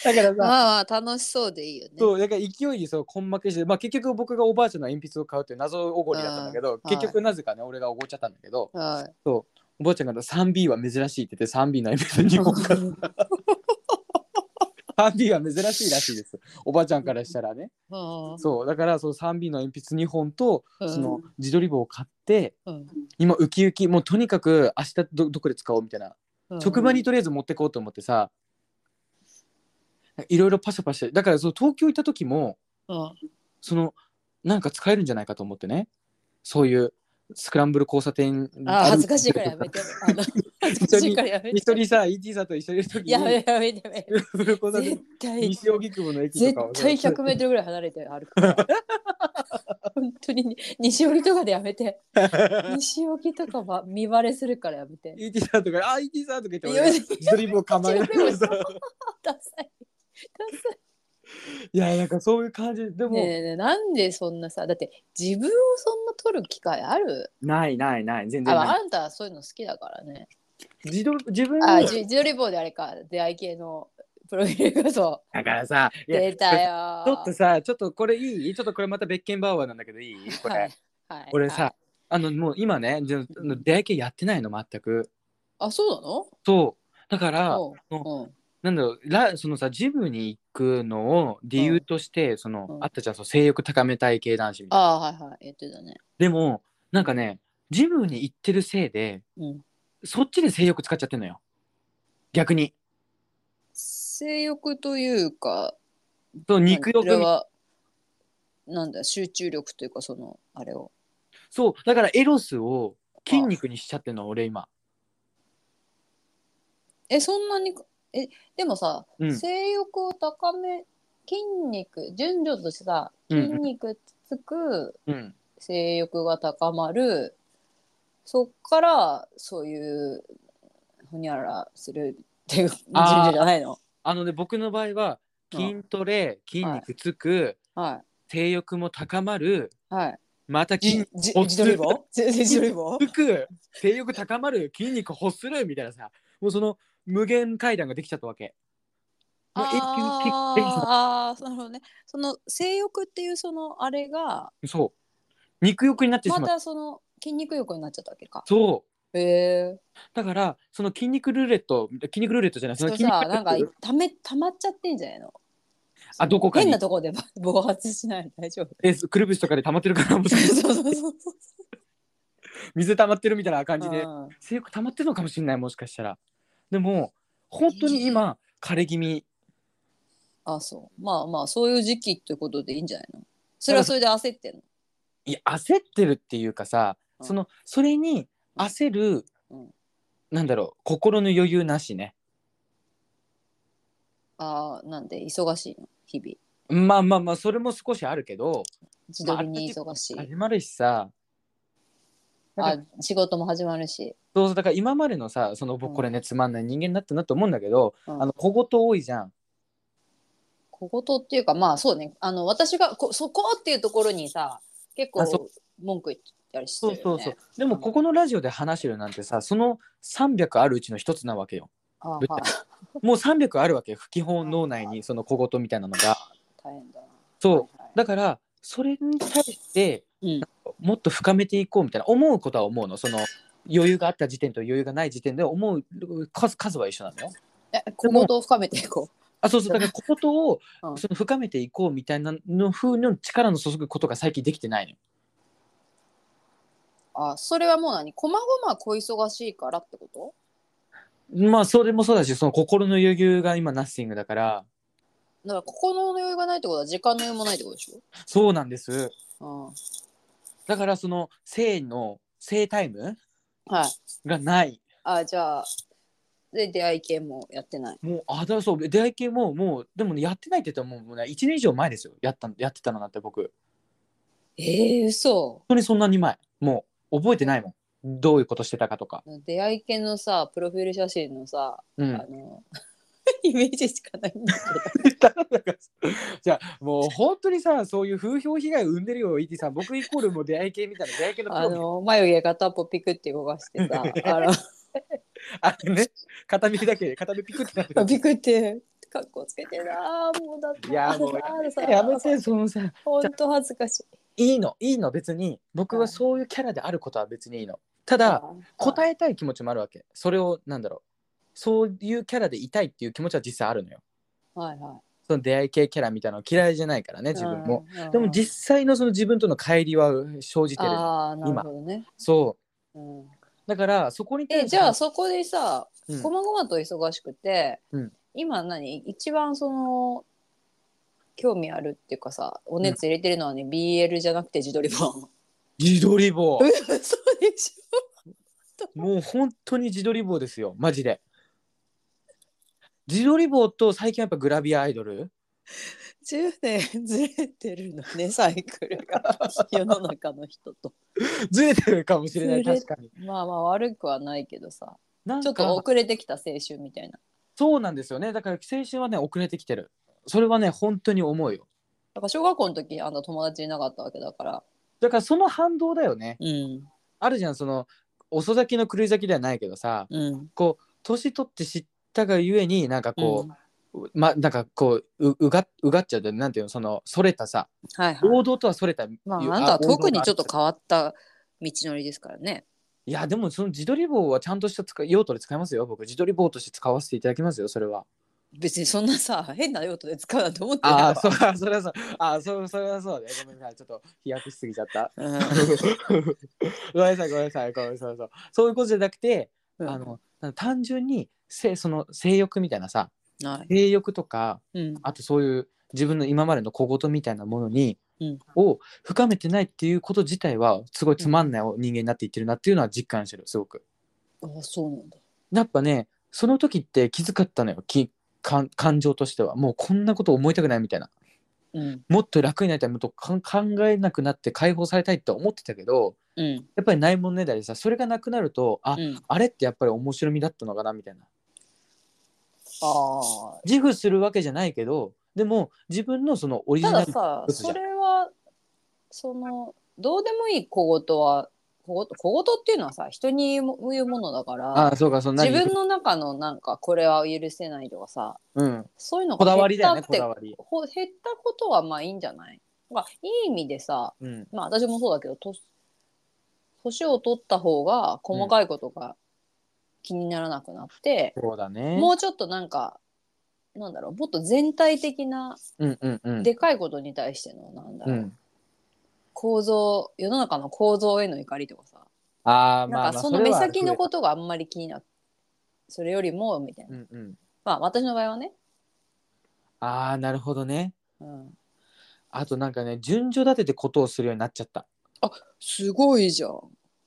S1: だからさ
S2: まあまあ楽しそうでいいよね。
S1: そうだから勢いにそう根負けして、まあ、結局僕がおばあちゃんの鉛筆を買うっていう謎おごりだったんだけど、
S2: うん
S1: 結局なぜかね俺がおごっちゃったんだけど
S2: は
S1: おばあちゃんが 3B は珍しいって言って 3B の鉛筆2本買った 3B は珍しいらしいですおばあちゃんからしたらね
S2: い。は
S1: そうだからその 3B の鉛筆2本と
S2: あ
S1: その自撮り棒を買って、
S2: うん
S1: 今ウキウキもうとにかく明日どどこで使おうみたいな、
S2: うん
S1: 職場にとりあえず持ってこうと思ってさいろいろパシャパシャだからその東京行った時も
S2: うん
S1: そのなんか使えるんじゃないかと思ってねそういうスクランブル交差点
S2: あ恥ずかしいからやめて。あの恥ずかしいからやめ
S1: 一緒
S2: て。
S1: にさ ET さんと一緒にいる時に
S2: やめてやめてやめて。
S1: スクランブル交差点
S2: 絶対
S1: 西荻窪の駅
S2: 絶
S1: とかをさ
S2: 対100メートルぐらい離れて歩くから。本当にに西寄りとかでや めて。西寄りとかは見バレするからやめて。
S1: ET さんとか「あ ET さん」とか言って俺
S2: いや
S1: 自撮り棒構えながらさ
S2: ダサい。ダサい。
S1: いやなんかそういう感じでも、
S2: ねえねえなんでそんなさ、だって自分をそんな撮る機会ある
S1: ないないない全然
S2: あ
S1: ない
S2: あんたはそういうの好きだからね。
S1: 自動自分
S2: あ、
S1: に
S2: じ自撮り棒であれか、出会い系のプロフィール画像。
S1: だからさいや
S2: 出たよー。
S1: ちょっとさちょっとこれいいちょっとこれまた別件バーワーなんだけどいいこれ、
S2: はいはい、
S1: 俺さ、
S2: はい
S1: あのもう今ねじゃあの出会い系やってないの全く
S2: あ、そうなの
S1: そうだから
S2: おうおう
S1: なんだろうらそのさジムに行くのを理由として、その、
S2: うん
S1: あったじゃんその性欲高めたい系男子みたいな
S2: あはいはい、言ってたね。
S1: でもなんかねジムに行ってるせいで
S2: うん。
S1: そっちで性欲使っちゃってんのよ逆に
S2: 性欲というか、
S1: そう肉欲
S2: それ
S1: み
S2: は、なんだ、集中力というか、その、あれを。
S1: そうだからエロスを筋肉にしちゃってんの俺今
S2: え、そんなに、え、でもさ、
S1: うん
S2: 性欲を高め、筋肉、順序としてさ、筋肉つく、
S1: うん
S2: 性欲が高まるそっからそういうほにゃらするっていう順
S1: あー
S2: 序じゃないの
S1: あのね僕の場合は筋トレ筋肉つく
S2: は
S1: 性欲も高まる
S2: いはい
S1: また筋肉
S2: じじ
S1: お
S2: 自撮り棒じ 自撮り棒
S1: つく性欲高まる筋肉欲するみたいなさもうその無限階段ができちゃったわけ。もう永久にできちゃっ
S2: あーあーなるほどねその性欲っていうそのあれが
S1: たそう肉欲になってしま
S2: ま
S1: った、
S2: たその筋肉欲になっちゃったわけか
S1: そう
S2: へえ
S1: だからその筋肉ルーレット筋肉ルーレットじゃないそ
S2: ちょ
S1: の
S2: っと
S1: 筋肉
S2: さなんかためたまっちゃってんじゃないの
S1: あどこかに
S2: 変なとこでば暴発しないの 大丈夫
S1: えくるぶしとかで溜まってるからもしか して
S2: そうそうそうそう
S1: 水溜まってるみたいな感じで
S2: うん
S1: 性欲溜まってるのかもしれないもしかしたらでも本当に今枯れ気味
S2: あ、そう。まあまあ、そういう時期ってことでいいんじゃないのそれはそれで焦ってんの。
S1: いや焦ってるっていうかさ、
S2: うん
S1: そのそれに焦る、
S2: うん
S1: なんだろう心の余裕なしね
S2: ああ、なんで、忙しいの、日々。
S1: まあまあまあそれも少しあるけど
S2: 自撮りに忙しい。
S1: 始まるしさ
S2: あ仕事も始まるし。
S1: そうそうだから今までのさその僕これねつまんない人間だったなと思うんだけど、
S2: うん
S1: あの小言多いじゃん。
S2: 小言っていうか、まあそうね。あの、私がこ、そこっていうところにさ、結
S1: あそ
S2: 構文句言ったりして
S1: そう
S2: る
S1: そ
S2: よ
S1: うそう
S2: ね。
S1: でもここのラジオで話してるなんてさその300あるうちの一つなわけよ。
S2: ああ、は
S1: ぶ
S2: い
S1: っ。もう300あるわけよ基本脳内にその小言みたいなのが。
S2: 大変だな。
S1: そう
S2: はいはい
S1: だからそれに対して
S2: うん
S1: もっと深めていこうみたいな思うことは思うのその余裕があった時点と余裕がない時点で思う数数は一緒なのよ。
S2: え、小言を深めていこ
S1: あそうそうだから小言を
S2: うん
S1: その深めていこうみたいなの風の力の注ぐことが最近できてないのよ。
S2: う。あそれはもう何こまごま小忙しいからってこと
S1: まあそれもそうだしその心の余裕が今ナッシングだから
S2: だから、心の余裕がないってことは、時間の余裕もないってことでし
S1: そうなんです。
S2: ょ
S1: だからその性の性タイム
S2: うん。はい。
S1: がない。
S2: あじゃあで出会い系もやってない
S1: もうあだからそう出会い系ももうでもね、やってないって言ったらもうね1年以上前ですよやったやってたのなんて僕。
S2: ええー、嘘
S1: 本当にそんなに前もう覚えてないもんどういうことしてたかとか、
S2: 出会い系のさプロフィール写真のさ、
S1: う
S2: あ
S1: ん、
S2: のイメージしかないんだけど
S1: ただなんかじゃあもう本当にさそういう風評被害を生んでるよ ET さん僕イコールもう出会い系みたいな出会い系のプ
S2: あ
S1: ロみたいな
S2: の眉毛がタポピクって動かしてさあ
S1: あれね片目だけ片目ピクってなって
S2: の
S1: る
S2: ピクって格好つけてなもうだって
S1: いやもう
S2: あのさ
S1: やめてそのさ
S2: ほんと恥ずかしい
S1: いいのいいの別に僕はそういうキャラであることは別にいいのただ答えたい気持ちもあるわけそれをなんだろうそういうキャラでいたいっていう気持ちは実際あるのよ
S2: はいは
S1: その出会い系キャラみたいなの嫌いじゃないからね
S2: い
S1: 自分も、
S2: うんうん
S1: でも実際のその自分との乖離は生じてる
S2: ああなるほどね、
S1: そ
S2: うん、
S1: うだからそこに対
S2: え
S1: して
S2: じゃあそこでさ
S1: うん
S2: こまごまと忙しくて、
S1: うん
S2: 今何一番その興味あるっていうかさお熱入れてるのはね、BL じゃなくて自撮り本
S1: 自撮り棒
S2: 嘘でしょ
S1: もう本当に自撮り棒ですよマジで自撮り棒と最近やっぱグラビアアイド ル
S2: 10年ずれてるの ねサイクルが世の中の人と
S1: ずれてるかもしれない
S2: ずれ
S1: 確かに
S2: まあまあ悪くはないけどさ
S1: なん
S2: ちょっと遅れてきた青春みたいな
S1: そうなんですよねだから青春はね遅れてきてるそれはね本当に思うよ
S2: だから小学校の時あんな友達いなかったわけだから
S1: だからその反動だよね
S2: うん
S1: あるじゃんその遅咲きの狂い咲きではないけどさ
S2: うん
S1: こう年取って知ったがゆえになんかこう、まなんかこうううがうがっちゃうってなんていうのそのそれたさ
S2: はいはい
S1: 王道とはそれた、
S2: まああなたは特にちょっと
S1: か
S2: 変わった道のりですからね
S1: いやでもその自撮り棒はちゃんとした使い用途で使いますよ僕自撮り棒として使わせていただきますよそれは
S2: 別にそんなさ 変な用途で使うなんて思ってない
S1: あ
S2: わ
S1: あそう あそれはそうあそうそれはそうねごめんなさいちょっと飛躍しすぎちゃった
S2: うん
S1: ごめんなさいごめんなさいごめんなさいそうそういうことじゃなくて、
S2: うん
S1: あのなんか単純に性その性欲みたいなさ
S2: はい
S1: 性欲とか
S2: うん
S1: あとそういう自分の今までの小言みたいなものに、
S2: うん
S1: を深めてないっていうこと自体はすごいつまんない人間になっていってるなっていうのは実感してるすごく。
S2: あそうなんだ
S1: やっぱねその時って気づかったのよき感感情としてはもうこんなこと思いたくないみたいな
S2: うん
S1: もっと楽になりたいもっとかん考えなくなって解放されたいって思ってたけど
S2: うん
S1: やっぱりないもんねだりさそれがなくなるとあ、
S2: うん
S1: あれってやっぱり面白みだったのかなみたいな
S2: ああ
S1: 自負するわけじゃないけどでも自分のそのオリジ
S2: た
S1: ナ
S2: だ
S1: ル
S2: さ
S1: 嘘じゃ
S2: そ
S1: ん
S2: れはそのどうでもいい小言は小言小言っていうのはさ人に言うものだから
S1: あそうかそんな
S2: 自分の中のなんかこれは許せないとかさ
S1: うん、
S2: そういうの
S1: こ
S2: が
S1: だわりだよ
S2: 減
S1: ね
S2: ったっ
S1: こ
S2: て
S1: だわり、
S2: ほ減ったことはまあいいんじゃない、まあ、いい意味でさ
S1: うん、
S2: まあ私もそうだけどと年を取った方が細かいことが気にならなくなって、
S1: そうだね
S2: もうちょっとなんかなんだろうもっと全体的な
S1: うんうんうん
S2: でかいことに対してのなんだ
S1: う
S2: ろう、
S1: ん
S2: 構造世の中の構造への怒りとかさ
S1: ああま
S2: な
S1: あま
S2: んか
S1: あ
S2: その目先の
S1: と
S2: ことがあんまり気になるそれよりもみたいな、
S1: うんうん
S2: まあ私の場合はね、
S1: ああなるほどね
S2: うん、
S1: あとなんかね順序立ててことをするようになっちゃった
S2: すごいじゃん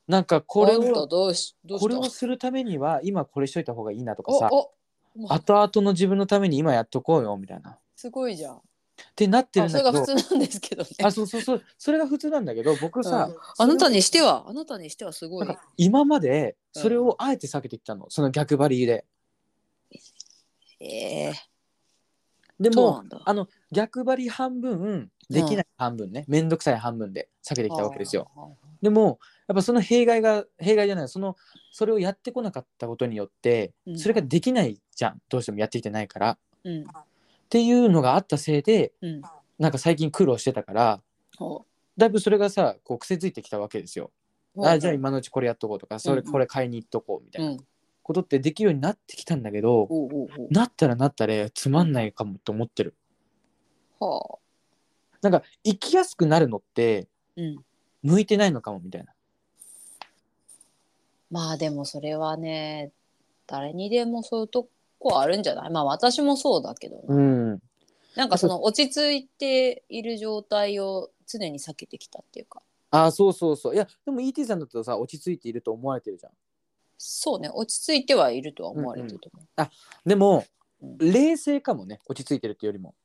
S1: なんかこ
S2: こ
S1: れ
S2: れを
S1: を
S2: どうしどう
S1: こ
S2: し
S1: れ
S2: た
S1: をするためには今これしといた方がいいなとか
S2: お
S1: さ
S2: おまあ
S1: 後々の自分のために今やっとこうよみたいなっ
S2: すごいじゃん
S1: てなってる
S2: あ
S1: ん
S2: そ
S1: だ
S2: れ
S1: け
S2: が
S1: ど
S2: 普通なんですけどね
S1: あそうそうそうそれが普通なんだけど僕さ、
S2: うんあなたにしてはあなたにしてはすごい
S1: なんか今まで
S2: うん
S1: それをあえて避けてきたの、その逆張りで
S2: ええ
S1: で
S2: そうな
S1: も
S2: んだ
S1: あの逆張り半分できない半分ね面倒、めんどくさい半分で避けてきたわけですよ
S2: あー
S1: でもやっぱその弊害が弊害じゃないそのそれをやってこなかったことによって、
S2: うん
S1: それができないじゃんどうしてもやってきてないから
S2: うん
S1: っていうのがあったせいで
S2: うん
S1: なんか最近苦労してたから
S2: ほ
S1: だいぶそれがさこう癖づいてきたわけですよ。
S2: う
S1: あじゃあ今のうちこれやっとこうとかそれ
S2: うんうん
S1: これ買いに行っとこうみた
S2: う
S1: いなんことってできるようになってきたんだけど、
S2: おうおう
S1: なったらなったでつまんないかもと思ってる。
S2: おうはあ
S1: なんか生きやすくなるのって
S2: うん
S1: 向いてないのかもみたいな。
S2: まあでもそれはね誰にでもそういうとこあるんじゃないまあ私もそうだけどな,、
S1: うん、
S2: なんかその落ち着いている状態を常に避けてきたっていうか
S1: ああそうそうそういやでも ET さんだったらさ落ち着いていると思われてるじゃん。
S2: そうね落ち着いてはいるとは思われてると思う、
S1: でも
S2: うん
S1: 冷静かもね落ち着いてるっていうよりも。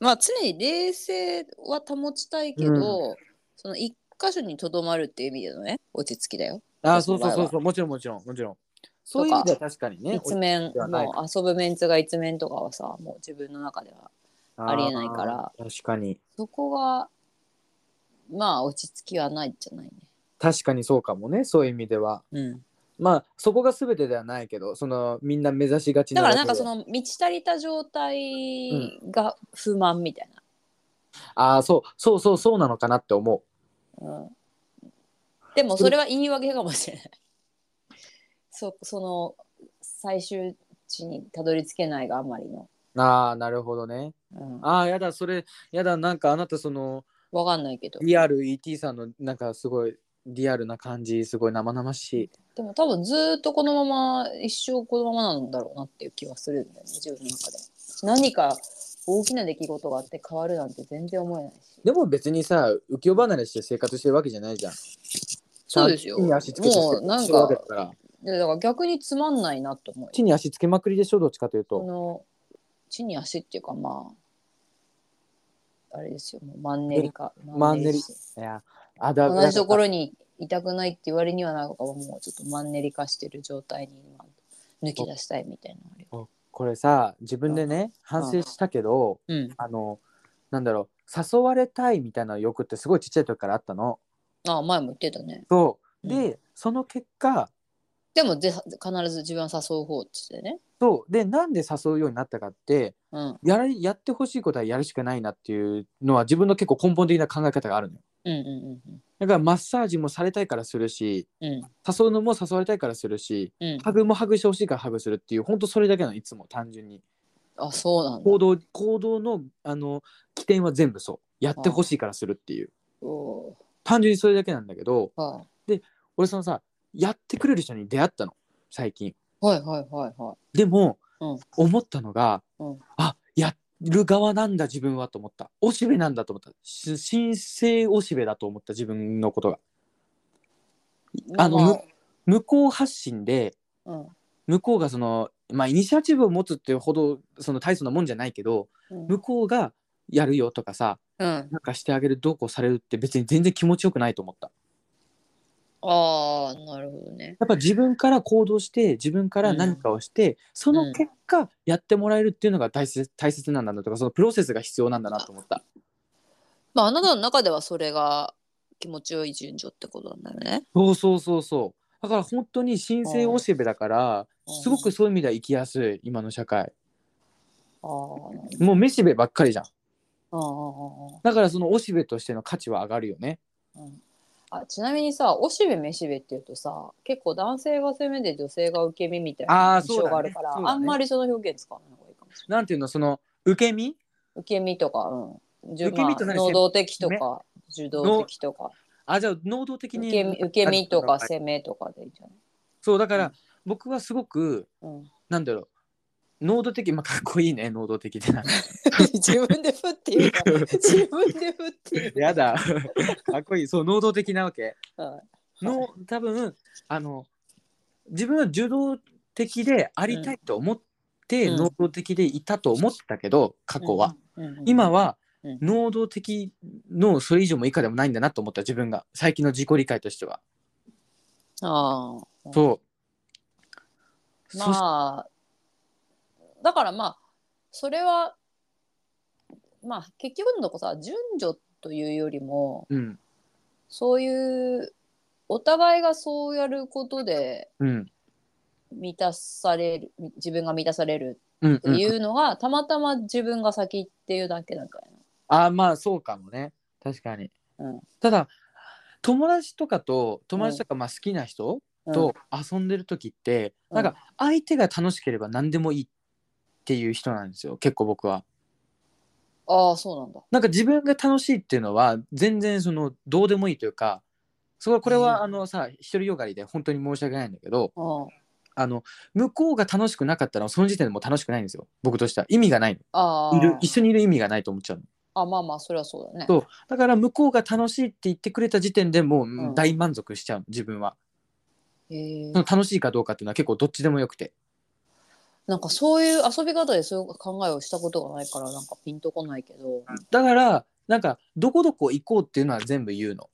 S2: まあ常に冷静は保ちたいけど、その一箇所にとどまるっていう意味でのね落ち着きだよ
S1: ああそ
S2: そうう
S1: そ
S2: そ
S1: そ
S2: ううそうう
S1: そ
S2: そう
S1: もちろんもちろんもちろん。そういう意味では確かにね
S2: 一面
S1: ではない
S2: もう遊ぶメンツが一面とかはさもう自分の中ではありえないから
S1: あー確かに
S2: そこがまあ落ち着きはないんじゃないね
S1: 確かにそうかもねそういう意味では
S2: うん
S1: まあそこが全てではないけどそのみんな目指しがち
S2: だ
S1: な
S2: から
S1: だ
S2: なん
S1: け
S2: か
S1: で
S2: その満ち足りた状態が不満みたい
S1: ああそうそうそうそうなのかなって思う
S2: な、うんでもそれは言い訳かもしれない そその最終地にたどり着けないがあまりの、
S1: ああなるほどね
S2: うん、
S1: ああやだそれやだなんかあなたその
S2: わかんないけど
S1: リアル ET さんのなんかすごいリアルな感じすごい生々しい
S2: でも多分ずーっとこのまま一生このままなんだろうなっていう気はするんだよね自分の中で何か大きな出来事があって変わるなんて全然思えないし
S1: でも別にさ浮世離れして生活してるわけじゃないじゃん
S2: そうですよ
S1: 地に足つけて
S2: もうなんか
S1: してるわけだから
S2: でだから逆につまんないなと思うよ
S1: 地に足つけまくりでしょどっちかという
S2: そ
S1: と
S2: の地に足っていうかまああれですよもうマンネリか
S1: マンネリいやあだ
S2: 同じとこ
S1: ろ
S2: ろにいたくないって言われにはなんかもうちょっとマンネリ化してる状態に今抜き出したいみたいなのあるよ
S1: これさ自分でね反省したけど
S2: うん
S1: あのなんだろう誘われたいみたいな欲ってすごいちっちゃい時からあったの
S2: ああ前も言ってたね
S1: そう
S2: う
S1: で、その結果
S2: でもぜ必ず自分は誘う方っつってね
S1: そうでなんで誘うようになったかって
S2: うん
S1: やらやってほしいことはやるしかないなっていうのは自分の結構根本的な考え方があるのよ
S2: うんうん
S1: だからマッサージもされたいからするし
S2: うんうん
S1: 誘うのも誘われたいからするし
S2: うんうん
S1: ハグもハグしてほしいからハグするっていう本当それだけなのいつも単純に
S2: あそうなんだ
S1: 行動行動のあの起点は全部そうやってほしいからするっていう
S2: お
S1: 単純にそれだけなんだけど
S2: ーは
S1: 俺そのさやってくれる人に出会ったの最近
S2: いはいはいはいはい
S1: でも、
S2: うん
S1: 思ったのが、
S2: うん
S1: あやる側なんだ自分はと思ったおしべなんだと思ったし神聖おしべだと思った自分のことがあの
S2: ま
S1: 向こう発信で
S2: あうん
S1: 向こうがそのまあイニシアチブを持つっていうほどその大層なもんじゃないけど
S2: うん
S1: 向こうがやるよとかさ
S2: うん
S1: なんかしてあげるどうこうされるって別に全然気持ちよくないと思った
S2: ああなるほどね
S1: やっぱ自分から行動して自分から何かをして、その結果やってもらえるっていうのが大切大切なんだなとかそのプロセスが必要なんだなと思った
S2: まああなたの中ではそれが気持ちよい順序ってことなんだよね
S1: そうそうそうそうだから本当に新生おしべだから
S2: うん
S1: すごくそういう意味では生きやすい今の社会
S2: あーなる
S1: もうめしべばっかりじゃん
S2: ほど
S1: だからそのおしべとしての価値は上がるよね
S2: あーあーあーうんあちなみにさおしべめしべっていうとさ結構男性が攻めで女性が受け身みたい
S1: あ
S2: な
S1: ー
S2: 印象があるから
S1: そ
S2: あ,、
S1: うだねそうだね
S2: んまりその表現使わない方がいいかもしれない
S1: なんていうのその受け身
S2: 受け身とか、うん、受
S1: 受け身と何
S2: 能動的とか、受動的とか
S1: あじゃあ能動的
S2: 受
S1: に
S2: け身受け身とか
S1: はい
S2: 攻めとかでいいんじゃない、
S1: そうだか
S2: う
S1: ら
S2: ん
S1: 僕はすごく
S2: うん、
S1: なんだろう能動的まあかっこいいね能動的で
S2: 自分で振って言 うから自分で振って言う
S1: やだ かっこいいそう能動的なわけ
S2: は
S1: の多分あの自分は受動的でありたいと思って、
S2: うん
S1: 能動的でいたと思ってたけど過去は、、
S2: うんうんうん
S1: 今は、
S2: うん
S1: 能動的のそれ以上も以下でもないんだなと思った自分が最近の自己理解としては、
S2: ああ
S1: そう、そし
S2: まあだからまあそれはまあ結局のとこさ順序というよりも
S1: うん
S2: そういうお互いがそうやることで
S1: うん
S2: 満たされる自分が満たされる
S1: うん
S2: って
S1: うん
S2: いうのが、たまたま自分が先っていうだけなんかや
S1: あまあそうかもね確かに、
S2: うん
S1: ただ友達とかと友達とかまあ好きな人
S2: な。うん
S1: と遊んでる時って、
S2: うん
S1: なんか相手が楽しければ何でもいいっていう人なんですよ結構僕は。
S2: ああそうなんだ。
S1: なんか自分が楽しいっていうのは全然そのどうでもいいというかそれはこれ
S2: うん
S1: はあのさ独りよがりで本当に申し訳ないんだけど
S2: うん
S1: あの向こうが楽しくなかったらその時点でもう楽しくないんですよ僕としては意味がない
S2: ああ
S1: のいる一緒にいる意味がないと思っちゃうの
S2: あまあまあそれはそうだね。
S1: そうだから向こうが楽しいって言ってくれた時点でも
S2: う
S1: うん大満足しちゃうの自分は
S2: へえ
S1: その楽しいかどうかっていうのは結構どっちでもよくて
S2: なんかそういう遊び方でそういう考えをしたことがないからなんかピンとこないけど、
S1: だからなんかどこどこ行こうっていうのは全部言うの。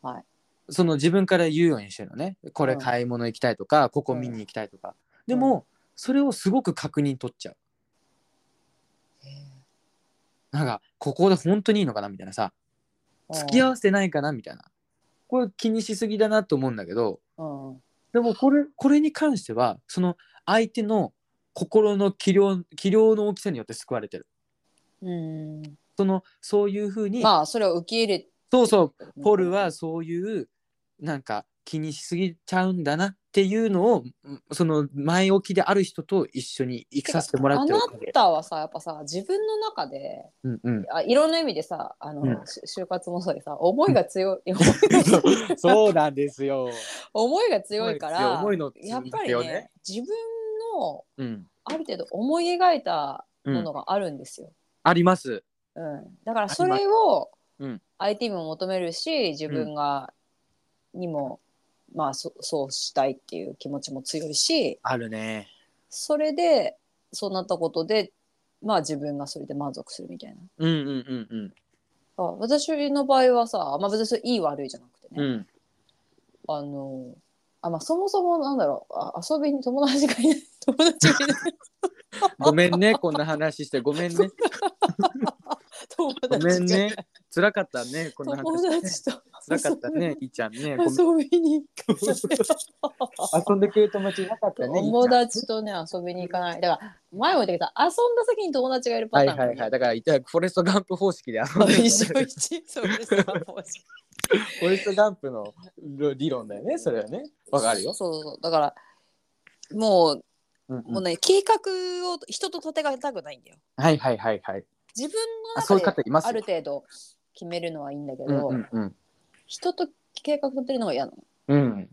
S2: はい
S1: その自分から言うようにしてるのねこれ
S2: うん
S1: 買い物行きたいとか、ここ見に行きたいとか、でも、それをすごく確認取っちゃうなんかここで本当にいいのかなみたいなさ付き合わせてないかなみたいなこれ気にしすぎだなと思うんだけど
S2: うんうん
S1: でもこれこれに関してはその相手の心の器量器量の大きさによって救われてる
S2: うん
S1: そのそういうふうに、
S2: まあそれを受け入れ
S1: そうそうポルはそういうなんか気にしすぎちゃうんだなっていうのをうんその前置きである人と一緒に生きさせてもらって
S2: あ
S1: る
S2: な
S1: わけで
S2: たはさやっぱさ自分の中で
S1: うんうん
S2: あいろんな意味でさあの、
S1: うん
S2: し就活もそうでさ思いが強 い
S1: そうなんですよ。
S2: 思いが強いから
S1: 思いの強い
S2: やっぱり
S1: 強い
S2: ね
S1: ね
S2: 自分の
S1: うん、
S2: ある程度思い描いた
S1: う
S2: も
S1: ん
S2: の、があるんですよ、
S1: あります。
S2: うんだからそれを
S1: うん
S2: 相手にも求めるし自分が、にもまあそそうしたいっていう気持ちも強いし
S1: あるね。
S2: それでそうなったことでまあ自分がそれで満足するみたいな。
S1: うんうんうん
S2: あ私の場合はさ、まあ、別にそれいい悪いじゃなくて
S1: うん。
S2: ね、
S1: うん。
S2: あのあ、まあ、そもそもなんだろうあ遊びに友達がいない友達がいない
S1: ごめんね、こんな話して、ごめんね。
S2: 友
S1: ご
S2: 達が
S1: めんね。辛かったね、こんな話。
S2: 友達と
S1: 辛かったね、いいちゃんね。ごめん
S2: 遊びに行かない
S1: 遊んでくれる友達いなかったね。 いいちゃん
S2: 友達とね遊びに行かないだから前も言ったけど遊んだ先に友達がいる
S1: は
S2: パ
S1: い
S2: ターンが
S1: は
S2: ね、
S1: いはい。だから、いたフォレストガンプ方式で遊んでる
S2: 一緒一緒それそれ面白い
S1: フォレストガンプの理論だよね、それはね。わかるよ。
S2: そうそうだからもう,、
S1: うんうん
S2: もうね計画を人と立てがたくないんだよ
S1: はいはいはいはい。
S2: 自分
S1: あ
S2: の
S1: そういう
S2: 中
S1: 方
S2: で
S1: います
S2: ある程度決めるのはいいんだけ
S1: うん
S2: ど、
S1: うんうん。
S2: 人と計画立てるのが嫌なの、
S1: うん。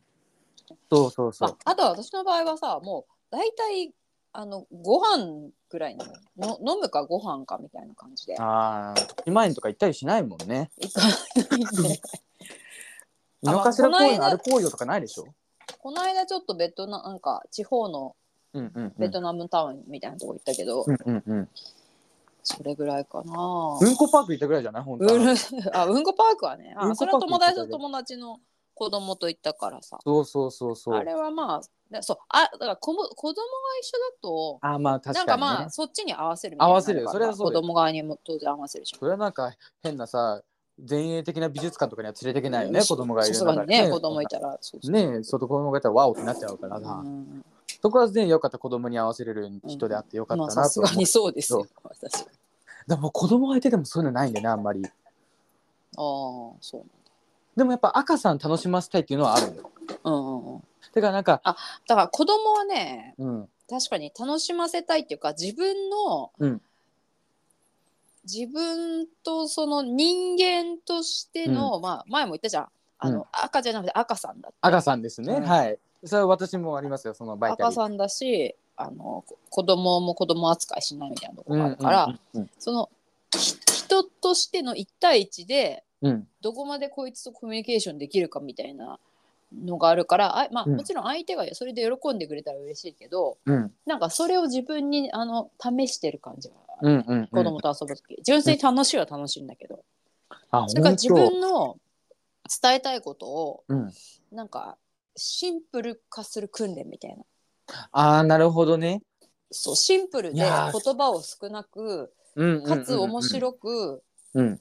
S1: そうそうそ
S2: ま
S1: う。
S2: あ、あとは私の場合はさもう大体あのご飯ぐらいなのの飲むかご飯かみたいな感じで
S1: ああ、1万円とか行ったりしないもんね。
S2: 行かないん で
S1: 井の頭公園歩こうよとかないでしょ。
S2: この間ちょっとベトナムなんか地方の
S1: うんうんう
S2: ベ
S1: ん。
S2: トナムタウンみたいなとこ行ったけど、
S1: うんうんうん。
S2: それぐらいかな、
S1: うんこパーク行ったぐらいじゃない本当
S2: う
S1: は
S2: るあうんこパークはね
S1: うん
S2: あ
S1: こ
S2: それ
S1: パー
S2: は
S1: ク
S2: 友達と友達の子供と行ったからさ
S1: そうそうそうそ
S2: あ
S1: う。
S2: れはまあだそうあだから子も子供が一緒だと
S1: あーまあ確か
S2: なん
S1: に、ね。
S2: かまあそっちに合わせるみたい
S1: 合
S2: な
S1: わせるよそれはそう
S2: 子
S1: だよ
S2: 供側にも当然合わせるじゃん
S1: それはなんか変なさ、前衛的な美術館とかには連れてけないよね、
S2: うん
S1: 子供がいる
S2: さすがにね子供い
S1: た
S2: たらそうそう
S1: ねえ、そう子供がいたらワオってなっちゃうからさ、
S2: うん
S1: そこはね、よかった子供に合わせれる人であってよかっ
S2: まあ
S1: たな
S2: さ
S1: と
S2: す
S1: 思
S2: が
S1: う。
S2: にそうですよ私あ
S1: でも子供がいてでもそういうのないんだよね、あんまり。
S2: あーそう
S1: でもやっぱ赤さん楽しませたいっていうのはあるんだよ。
S2: うんうんうん
S1: だからなんか、
S2: だから子供はね
S1: うん、
S2: 確かに楽しませたいっていうか自分の、
S1: うん
S2: 自分とその人間としての、まあ前も言ったじゃんあの、
S1: うん
S2: 赤じゃなくて赤さんだ
S1: 赤さんですね、
S2: うん
S1: はい。それは私もありますよ、そのバイタリー
S2: 赤さんだしあのこ子供も子供扱いしないみたいなとこ
S1: うん
S2: が
S1: う
S2: あ
S1: ん
S2: るから、
S1: うん
S2: そのひ人としての1対1で
S1: うん
S2: どこまでこいつとコミュニケーションできるかみたいなのがあるからあ、まあ、
S1: うん
S2: もちろん相手がそれで喜んでくれたら嬉しいけど、
S1: うん
S2: なんかそれを自分にあの試してる感じが
S1: うんうんうん
S2: 子供と遊ぶ時、純粋に楽しいは楽しいんだけど、
S1: あ
S2: それか
S1: 本
S2: ら自
S1: 当
S2: 分の伝えたいことを
S1: うん、
S2: なんかシンプル化する訓練みたいな
S1: ああなるほどね。
S2: そうシンプルで
S1: い
S2: 言
S1: やー
S2: 葉を少なく
S1: うん
S2: かつ面白く、
S1: い。うん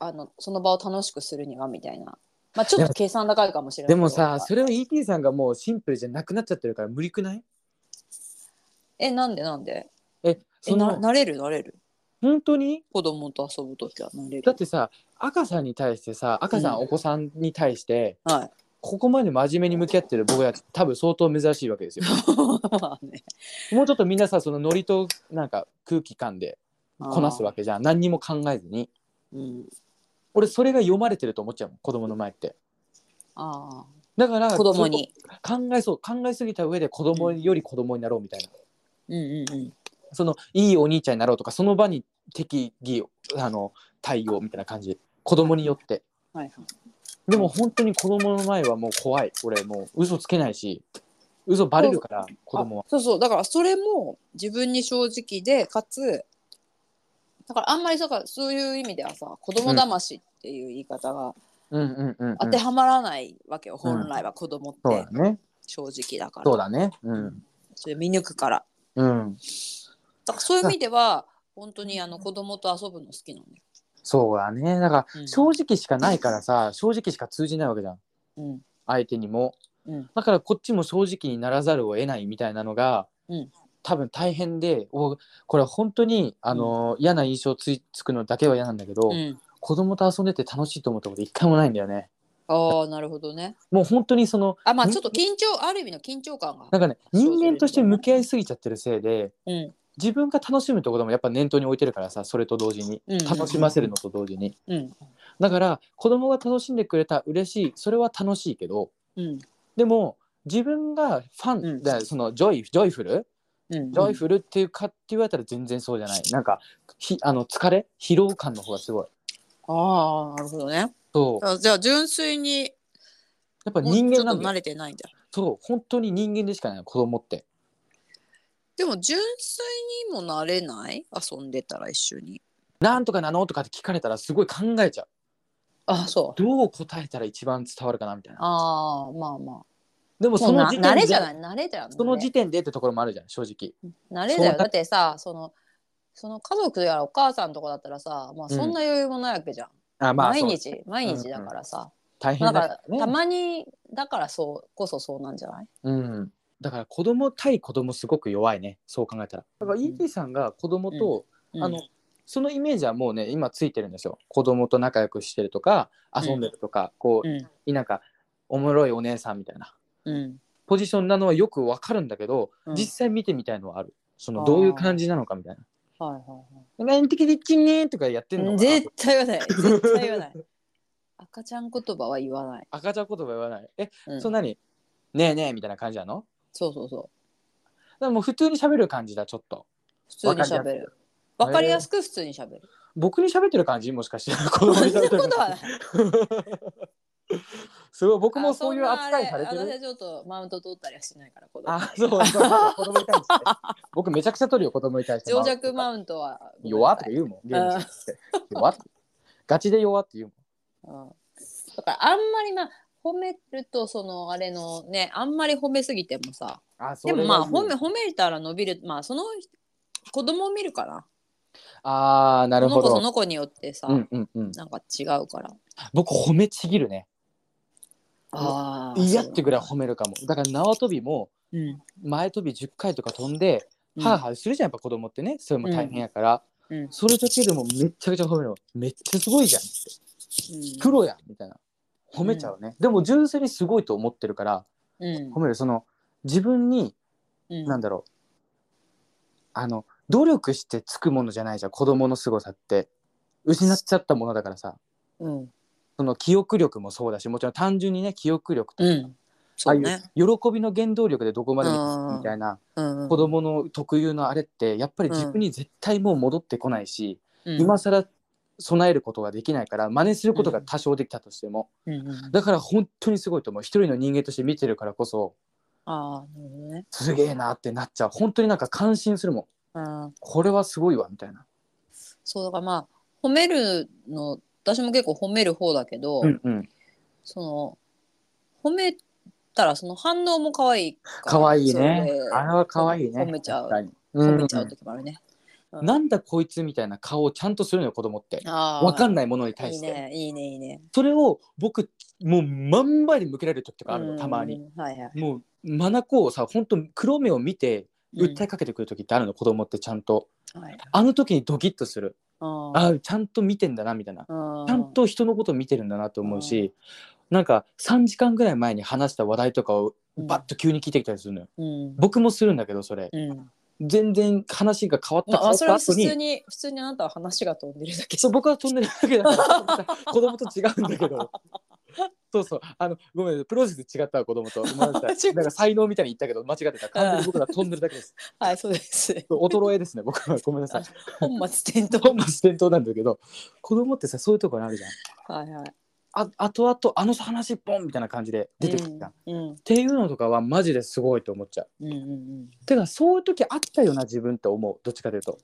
S2: あのその場を楽しくするにはみたいな、まあ、ちょっと計算高いかもしれないけ
S1: で
S2: ど
S1: もさそれは ET さんがもうシンプルじゃなくなっちゃってるから無理くない
S2: えなんでなんで
S1: え
S2: え
S1: そ
S2: な
S1: の
S2: なれるなれる
S1: 本当に
S2: 子供と遊ぶ時はなれ
S1: だ
S2: る
S1: ってさ赤さんに対してさ赤さん、
S2: うん
S1: お子さんに対して
S2: はい
S1: ここまで真面目に向き合ってる僕たち多分相当珍しいわけです よ。
S2: まあね
S1: もうちょっとみんなさそのノリとなんか空気感でこなすわけじゃん何にも考えずに。
S2: うん
S1: 俺それが読まれてると思っちゃうもん子供の前って。
S2: あ
S1: だから
S2: あ子供に
S1: 考えそう考えすぎた上で子供より子供になろうみたいな、
S2: うんうんうん
S1: そのいいお兄ちゃんになろうとかその場に適宜あの対応みたいな感じ子供によって
S2: はいはい
S1: でも本当に子供の前はもう怖い俺もう嘘つけないし嘘バレるから子供は
S2: あそうそうだからそれも自分に正直でかつだからあんまりそうかそういう意味ではさ子供騙しっていう言い方が
S1: うんうんうん、うん、
S2: 当てはまらないわけよ、本来は子供っ
S1: そう
S2: て
S1: だね
S2: 正直だから、
S1: そうだねうん
S2: それ見抜くから
S1: うん
S2: だからそういう意味では本当にあの子供と遊ぶの好きなんだよ。
S1: そうだねだから
S2: うん
S1: 正直しかないからさ、正直しか通じないわけじゃん
S2: うん
S1: 相手にも
S2: うん
S1: だからこっちも正直にならざるを得ないみたいなのが、
S2: うん
S1: 多分大変でおこれは本当にあの、嫌な印象ついつくのだけは嫌なんだけど、
S2: うん、
S1: 子供と遊んでて楽しいと思ったこと一回もないんだよね
S2: ああなるほどね。
S1: もう本当にその
S2: あまあ
S1: に
S2: ちょっと緊張ある意味の緊張感が。
S1: なんかね
S2: そう
S1: 人間として向き合いすぎちゃってるせいで
S2: うん
S1: 自分が楽しむってこともやっぱ念頭に置いてるからさそれと同時に
S2: うんうんうん
S1: 楽しませるのと同時に
S2: うん
S1: だから子供が楽しんでくれたら嬉しいそれは楽しいけど
S2: うん
S1: でも自分がファン、
S2: うん
S1: だからそのジョイジョイフル
S2: うん。
S1: ジョイフルっていうかって言われたら全然そうじゃないなんかひあの疲れ疲労感の方がすごい
S2: ああなるほどね。
S1: そう
S2: あじゃあ純粋に
S1: やっぱ
S2: もう
S1: 人間な
S2: ちょ
S1: ん
S2: っと慣
S1: だよ
S2: れてないんだ。
S1: そう本当に人間でしかない子供って
S2: でも純粋にもなれない遊んでたら一緒に。
S1: なんとかなのとかって聞かれたらすごい考えちゃう
S2: あそう。
S1: どう答えたら一番伝わるかなみたいな
S2: ああまあまあ。
S1: でもその時点で
S2: 慣れじゃない慣れだよね。
S1: その時点でってところもあるじゃん正直
S2: 慣れだ
S1: そう
S2: よだってさそのその家族やお母さんとかだったらさ、まあ、そんな余裕もないわけじゃん、
S1: あまあ
S2: 毎
S1: そう
S2: 日、毎日だからさ、
S1: 大
S2: な
S1: 変
S2: ん
S1: だ
S2: か
S1: からね
S2: たまにだからそうこそそうなんじゃない
S1: うん、だから子供対子供すごく弱いねそう考えたらだから ET さんが子供と、あの、そのイメージはもうね今ついてるんですよ子供と仲良くしてるとか遊んでるとか、こ
S2: う
S1: うんなんかおもろいお姉さんみたいな
S2: うん
S1: ポジションなのはよくわかるんだけど、
S2: うん
S1: 実際見てみたいのはあるそ
S2: あ
S1: の
S2: ー
S1: どういう感じなのかみたいな
S2: はいはい
S1: 「ロマンティックでちんね」とかやってんの
S2: はい
S1: かな
S2: 絶対言わない絶対言わない 赤ちゃん言葉は言わない、
S1: 赤ちゃん言葉言わないえ、
S2: うん、
S1: そんなに「ねえねえ」みたいな感じなの
S2: そうそうそう
S1: だからもう普通に喋る感じだちょっと
S2: 普通に喋るわかりやすく普通に喋る、
S1: 僕に喋ってる感じもしかして子供
S2: そ
S1: に
S2: んな
S1: 喋 って
S2: こ
S1: る
S2: とはない
S1: すごい僕もそういう扱い
S2: あ
S1: されて
S2: そんなあ
S1: る
S2: 私はちょっとマウント取ったりはしないから子供
S1: あそうそうそう子供に対して僕めちゃくちゃ取るよ子供に対して
S2: 情弱マウントは
S1: 弱とか言うもんゲームしてて弱ってガチで弱って言うもん
S2: うんだからあんまりまあ褒めるとそのあれのねあんまり褒めすぎてもさ
S1: あそ
S2: で
S1: れは
S2: もまあ
S1: 言う
S2: 褒め褒めたら伸びるまあその子供を見るから
S1: あーなるほ
S2: その子そ
S1: ど
S2: の子によってさ、
S1: うんうんうん
S2: なんか違うから
S1: 僕褒めちぎるね
S2: あー
S1: 嫌ってぐらい褒めるかもだから縄跳びも
S2: うん
S1: 前跳び10回とか飛んでハーハーするじゃんやっぱ子供ってねそれも大変やから
S2: うんうん
S1: それだけでもめっちゃくちゃ褒めるのめっちゃすごいじゃんってプロやんみたいな褒めちゃうね、でも純粋にすごいと思ってるから
S2: うん
S1: 褒めるその自分に
S2: うん
S1: 何だろうあの努力してつくものじゃないじゃん子供の凄さって失っちゃったものだからさ
S2: うん
S1: その記憶力もそうだしもちろん単純にね記憶力と
S2: う
S1: か、
S2: んそう
S1: あ
S2: ね
S1: あいう喜びの原動力でどこまでもみたいな
S2: うん
S1: 子供の特有のあれってやっぱり自
S2: う
S1: 分
S2: ん
S1: に絶対もう戻ってこないし、
S2: うん
S1: 今更備えることができないから真似することが多少できたとしても、
S2: うんうん
S1: だから本当にすごいと思う一人の人間として見てるからこそ
S2: ああなるほどね
S1: すげえなってなっちゃう本当になんか感心するもん
S2: うん
S1: これはすごいわみたいな、
S2: そうだからまあ褒めるの私も結構褒める方だけど、
S1: うんうん、
S2: その褒めたらその反応も可愛いら
S1: かわいい
S2: それ
S1: ね
S2: で
S1: あれはかわいいね
S2: 褒めちゃう
S1: 確かに
S2: 褒めちゃ
S1: う
S2: うん時もあるね。
S1: うんなんだこいつみたいな顔をちゃんとするのよ子供って
S2: あ
S1: わかんな
S2: ない。
S1: いものに対
S2: いい
S1: して
S2: ね、いいね、いいね。
S1: それを僕もう真ん前に向けられる時とかある
S2: う
S1: の
S2: ん
S1: たまに。。
S2: はいはい。
S1: もう眼をさ本当黒目を見て訴えかけてくる時ってあるの、子供ってちゃんと
S2: うんはい
S1: あの時にドキッとする
S2: あ
S1: あちゃんと見てんだなみたいな
S2: ー
S1: ちゃんと人のことを見てるんだなと思うし、なんか3時間ぐらい前に話した話題とかをバッと急に聞いてきたりするのよ、
S2: うん。
S1: 僕もするんだけどそれ
S2: うん。
S1: 全然話が変わった
S2: まあ、それ
S1: 変わ
S2: は
S1: っ
S2: 普
S1: た後
S2: 通
S1: に
S2: に、普通にあなたは話が飛んでるだけ。
S1: そう僕は飛んでるだけだから子供と違うんだけどそうそうあのごめんプロセス違ったわ子供とごめんな さ
S2: 違
S1: いうなんか才能みたいに言ったけど間違ってた完全に僕ら飛んでるだけです
S2: はい、そう です。
S1: 衰えですね 僕はごめんなさい
S2: 本末転倒。
S1: 本末転倒なんだけど子供ってさそういうところあるじゃん
S2: はいはい。
S1: あ後々あの話ポンみたいな感じで出てくるじゃん、っ
S2: うん。
S1: ていうのとかはマジですごいと思っちゃう
S2: うん。うん。うん。
S1: てかそういう時あったよな自分って思うどっちかというと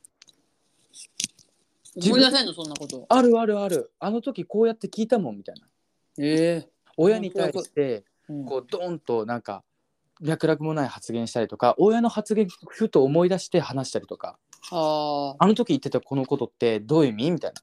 S1: 自分
S2: 思い出せんの、そんなこと。
S1: あるあるあるあの時こうやって聞いたもんみたいな
S2: ええ。
S1: 親に対して
S2: うん
S1: こうドーンとなんか脈絡もない発言したりとか親の発言ふと思い出して話したりとか
S2: ああ。
S1: あの時言ってたこのことってどういう意味みたいな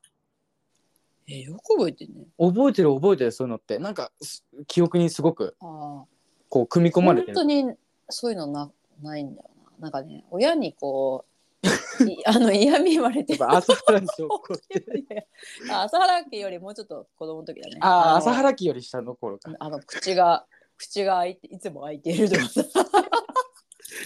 S2: え、よく覚えてんね。
S1: 覚えてる覚えてるそういうのってなんかす記憶にすごく
S2: ああ。
S1: こう組み込まれて
S2: 本
S1: る
S2: 当にそういうのなないんだよな。なんかね、親にこう、 いあの嫌味言われて
S1: やっぱ朝原に証拠って
S2: いやいやあ朝原家よりもうちょっと子供の時だね。
S1: ああ
S2: の
S1: 朝原家より下の頃か
S2: あの口が口が開いていつも開いていると かさ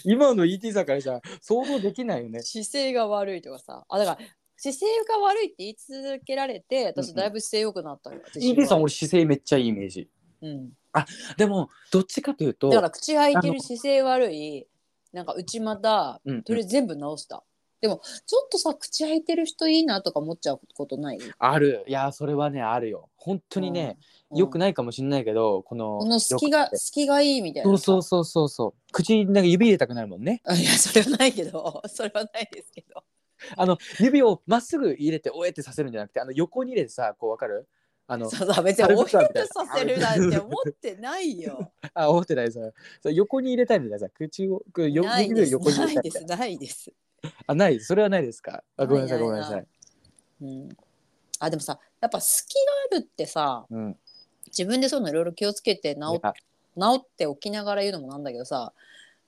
S1: 今の ET さんからしたら想像できないよね
S2: 姿勢が悪いとかさあだから姿勢が悪いって言い続けられて
S1: うんう
S2: 私
S1: ん
S2: だいぶ姿勢良くなったよ。自信は
S1: ET さん俺姿勢めっちゃいいイメージ
S2: うん、
S1: でもどっちかというと
S2: だから口開いてる姿勢悪いなんか内股
S1: うんうん
S2: とりあえず全部直した。でもちょっとさ口開いてる人いいなとか思っちゃうことない本
S1: あるいやそれはねあるよ本当にね、よく
S2: な
S1: な
S2: い
S1: いかもしれないけどこの
S2: この隙が
S1: よくって
S2: 隙がいいみたいな
S1: そうそうそうそうそう口になんか指入れたくなるもんね
S2: あいやそれはないけどそれはないですけど
S1: あの指をまっすぐ入れておえってさせるんじゃなくてあの横に入れてさこうわかるあの
S2: そうそう別に
S1: 軽
S2: お
S1: くさ
S2: 人とさせるなんて思ってないよ。
S1: あ思ってないそれそれ横に入れたいみたいなさ口をこう よ
S2: ない
S1: 指
S2: で
S1: を
S2: す
S1: 横に入れた
S2: ない
S1: み
S2: で
S1: たい
S2: すないです。
S1: あないですそれはないですかあごめんなさい
S2: ない
S1: ごめんなさ
S2: ないうん、あでもさやっぱ隙があるってさ
S1: うん
S2: 自分でそういうのいろいろ気をつけて
S1: い
S2: 治
S1: や
S2: 治っておきながら言うのもなんだけどさ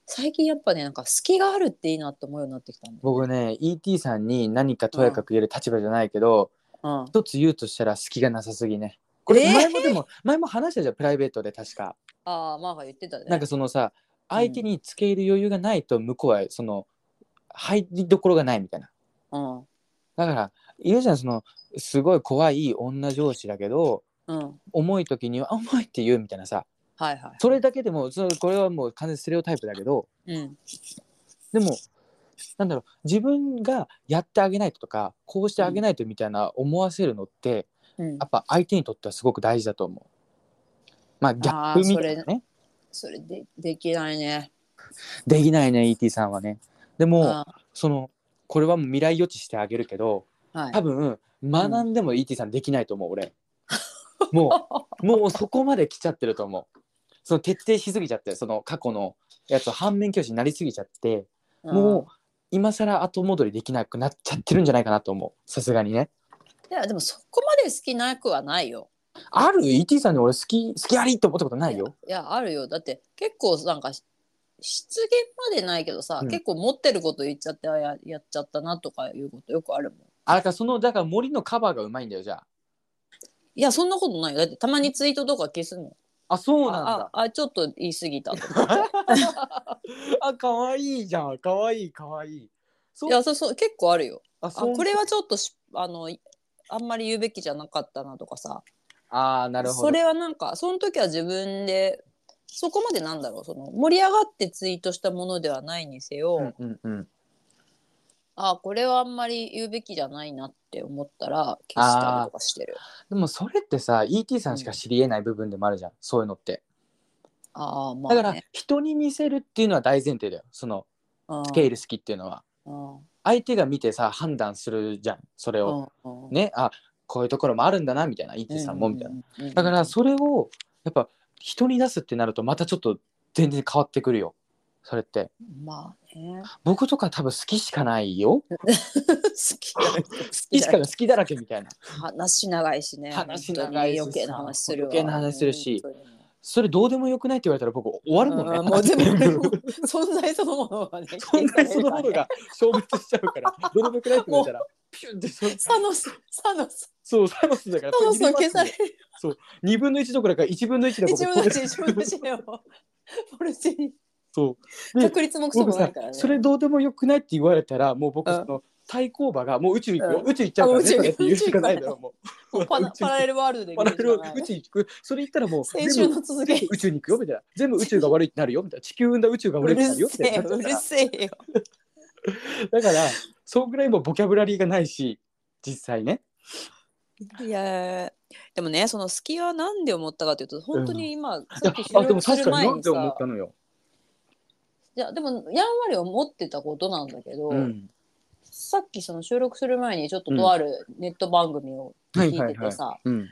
S2: 最近やっぱねなんか隙があるっていいなって思うようになってきたんだよ。
S1: 僕ね ET さんに何かとやかく言える立場じゃないけど
S2: うん
S1: 一つ言うとしたら隙がなさすぎねこれ
S2: えー
S1: 前もでも、前も話したじゃんプライベートで確か
S2: ああマーが言ってたね。
S1: なんかそのさ相手につけ入る余裕がないと向こうはその入りどころがないみたいな
S2: うん
S1: だからいるじゃんそのすごい怖い女上司だけど
S2: うんはい
S1: 重い時には「あ重い」って言うみたいなさ
S2: はい。
S1: それだけでもそのこれはもう完全にステレオタイプだけど
S2: うん
S1: でもなんだろう自分がやってあげないととかこうしてあげないとみたいな思わせるのって、
S2: うん
S1: やっぱ相手にとってはすごく大事だと思う。まあギャップみたいなね
S2: それでできないね。
S1: できないね ET さんはね。でも
S2: あ
S1: そのこれはもう未来予知してあげるけど
S2: はい
S1: 多。分学んでも ET さんできないと思う俺。もうもうそこまで来ちゃってると思う。その徹底しすぎちゃってその過去のやつ反面教師になりすぎちゃって。もう今更後戻りできなくなっちゃってるんじゃないかなと思うさすがにね
S2: うんいやでもそこまで隙なくはないよ。
S1: ある ET さんに俺好き好きありって思ったことないよ
S2: いやあるよだって結構なんかし失言までないけどさ、
S1: うん
S2: 結構持ってること言っちゃってあややっちゃったなとかいうことよくあるもん
S1: あだからそのだから森のカバーがうまいんだよじゃあ
S2: いやそんなことないよだってたまにツイートとか消すの
S1: あそうなん
S2: あ
S1: だ
S2: ああちょっと言い過ぎたとか
S1: あ可愛いじゃん可愛い可愛いそ
S2: いやそうそう結構あるよ
S1: あ
S2: あ
S1: そう
S2: これはちょっとしあのあんまり言うべきじゃなかったなとかさ
S1: あーなるほど
S2: それはなんかその時は自分でそこまでなんだろうその盛り上がってツイートしたものではないにせよ、
S1: うんうんうん
S2: あこれはあんまり言うべきじゃないなって思ったら消したりとかしてる
S1: でもそれってさ ET さんしか知りえない部分でもあるじゃん、そういうのって
S2: ああまあ、
S1: だ
S2: ね、
S1: から人に見せるっていうのは大前提だよその
S2: うん
S1: スケール好きっていうのは
S2: うん
S1: 相手が見てさ判断するじゃんそれを、
S2: うんうん
S1: ねあこういうところもあるんだなみたいな ET さんもみたいな、
S2: うんうんうん
S1: だからそれをやっぱ人に出すってなるとまたちょっと全然変わってくるよそれって
S2: まあね
S1: 僕とか多分好きしかないよ
S2: 好きだらけ
S1: 好きしかない好きだらけみたいな
S2: 話長いしね
S1: 話長いしさ
S2: 本当に余計な話するわ
S1: 余計な話するし
S2: 本当に
S1: それどうでもよくないって言われたら僕終わるもんね、
S2: うんも う全部
S1: 存
S2: 存在そのも のがね
S1: 在そのものが消滅しちゃう からどうでもよくないって言われたらピュンってそ
S2: サノスサノス
S1: そうサノスだから
S2: サノスの消され
S1: 2
S2: る
S1: 分の1どころか1分の1で
S2: 一
S1: 僕
S2: 分の一一分の一でもポルシ ェに
S1: そう
S2: 確率もクソ
S1: 僕
S2: もな
S1: さ
S2: いからね
S1: それどうでもよくないって言われたらもう僕
S2: うん
S1: その対抗馬がもう宇宙行くよ、宇宙行っちゃう
S2: あ
S1: から
S2: 宇宙
S1: ねとかっ
S2: 行く
S1: て言うしかないだろもう
S2: パラ
S1: 宇宙
S2: パラレルワールドで見
S1: パラ
S2: る
S1: レ
S2: し
S1: ル
S2: かな
S1: 宇
S2: い
S1: 宙行くそれ言ったらもう
S2: 先
S1: 全
S2: 週
S1: 部
S2: の続
S1: 全部
S2: き
S1: 宇宙に行くよみたいな全部宇宙が悪いってなるよみたいな地球運だ宇宙が
S2: う
S1: 悪いってな
S2: る
S1: るよみ
S2: せ
S1: たい
S2: え
S1: な
S2: ようるせえよ
S1: だからそんぐらいもうボキャブラリーがないし実際ね
S2: いやーでもねその隙はなんで思ったかというと本当に今、
S1: い
S2: さ
S1: や
S2: っき収
S1: あでも
S2: 録す
S1: 確
S2: る
S1: かに
S2: 前
S1: なん
S2: に
S1: で思っ
S2: さ
S1: たのよ、
S2: いやでもやんわり思ってたことなんだけど、
S1: うん、
S2: さっきその収録する前にちょっととあるネット番組を聞いててさ、
S1: うん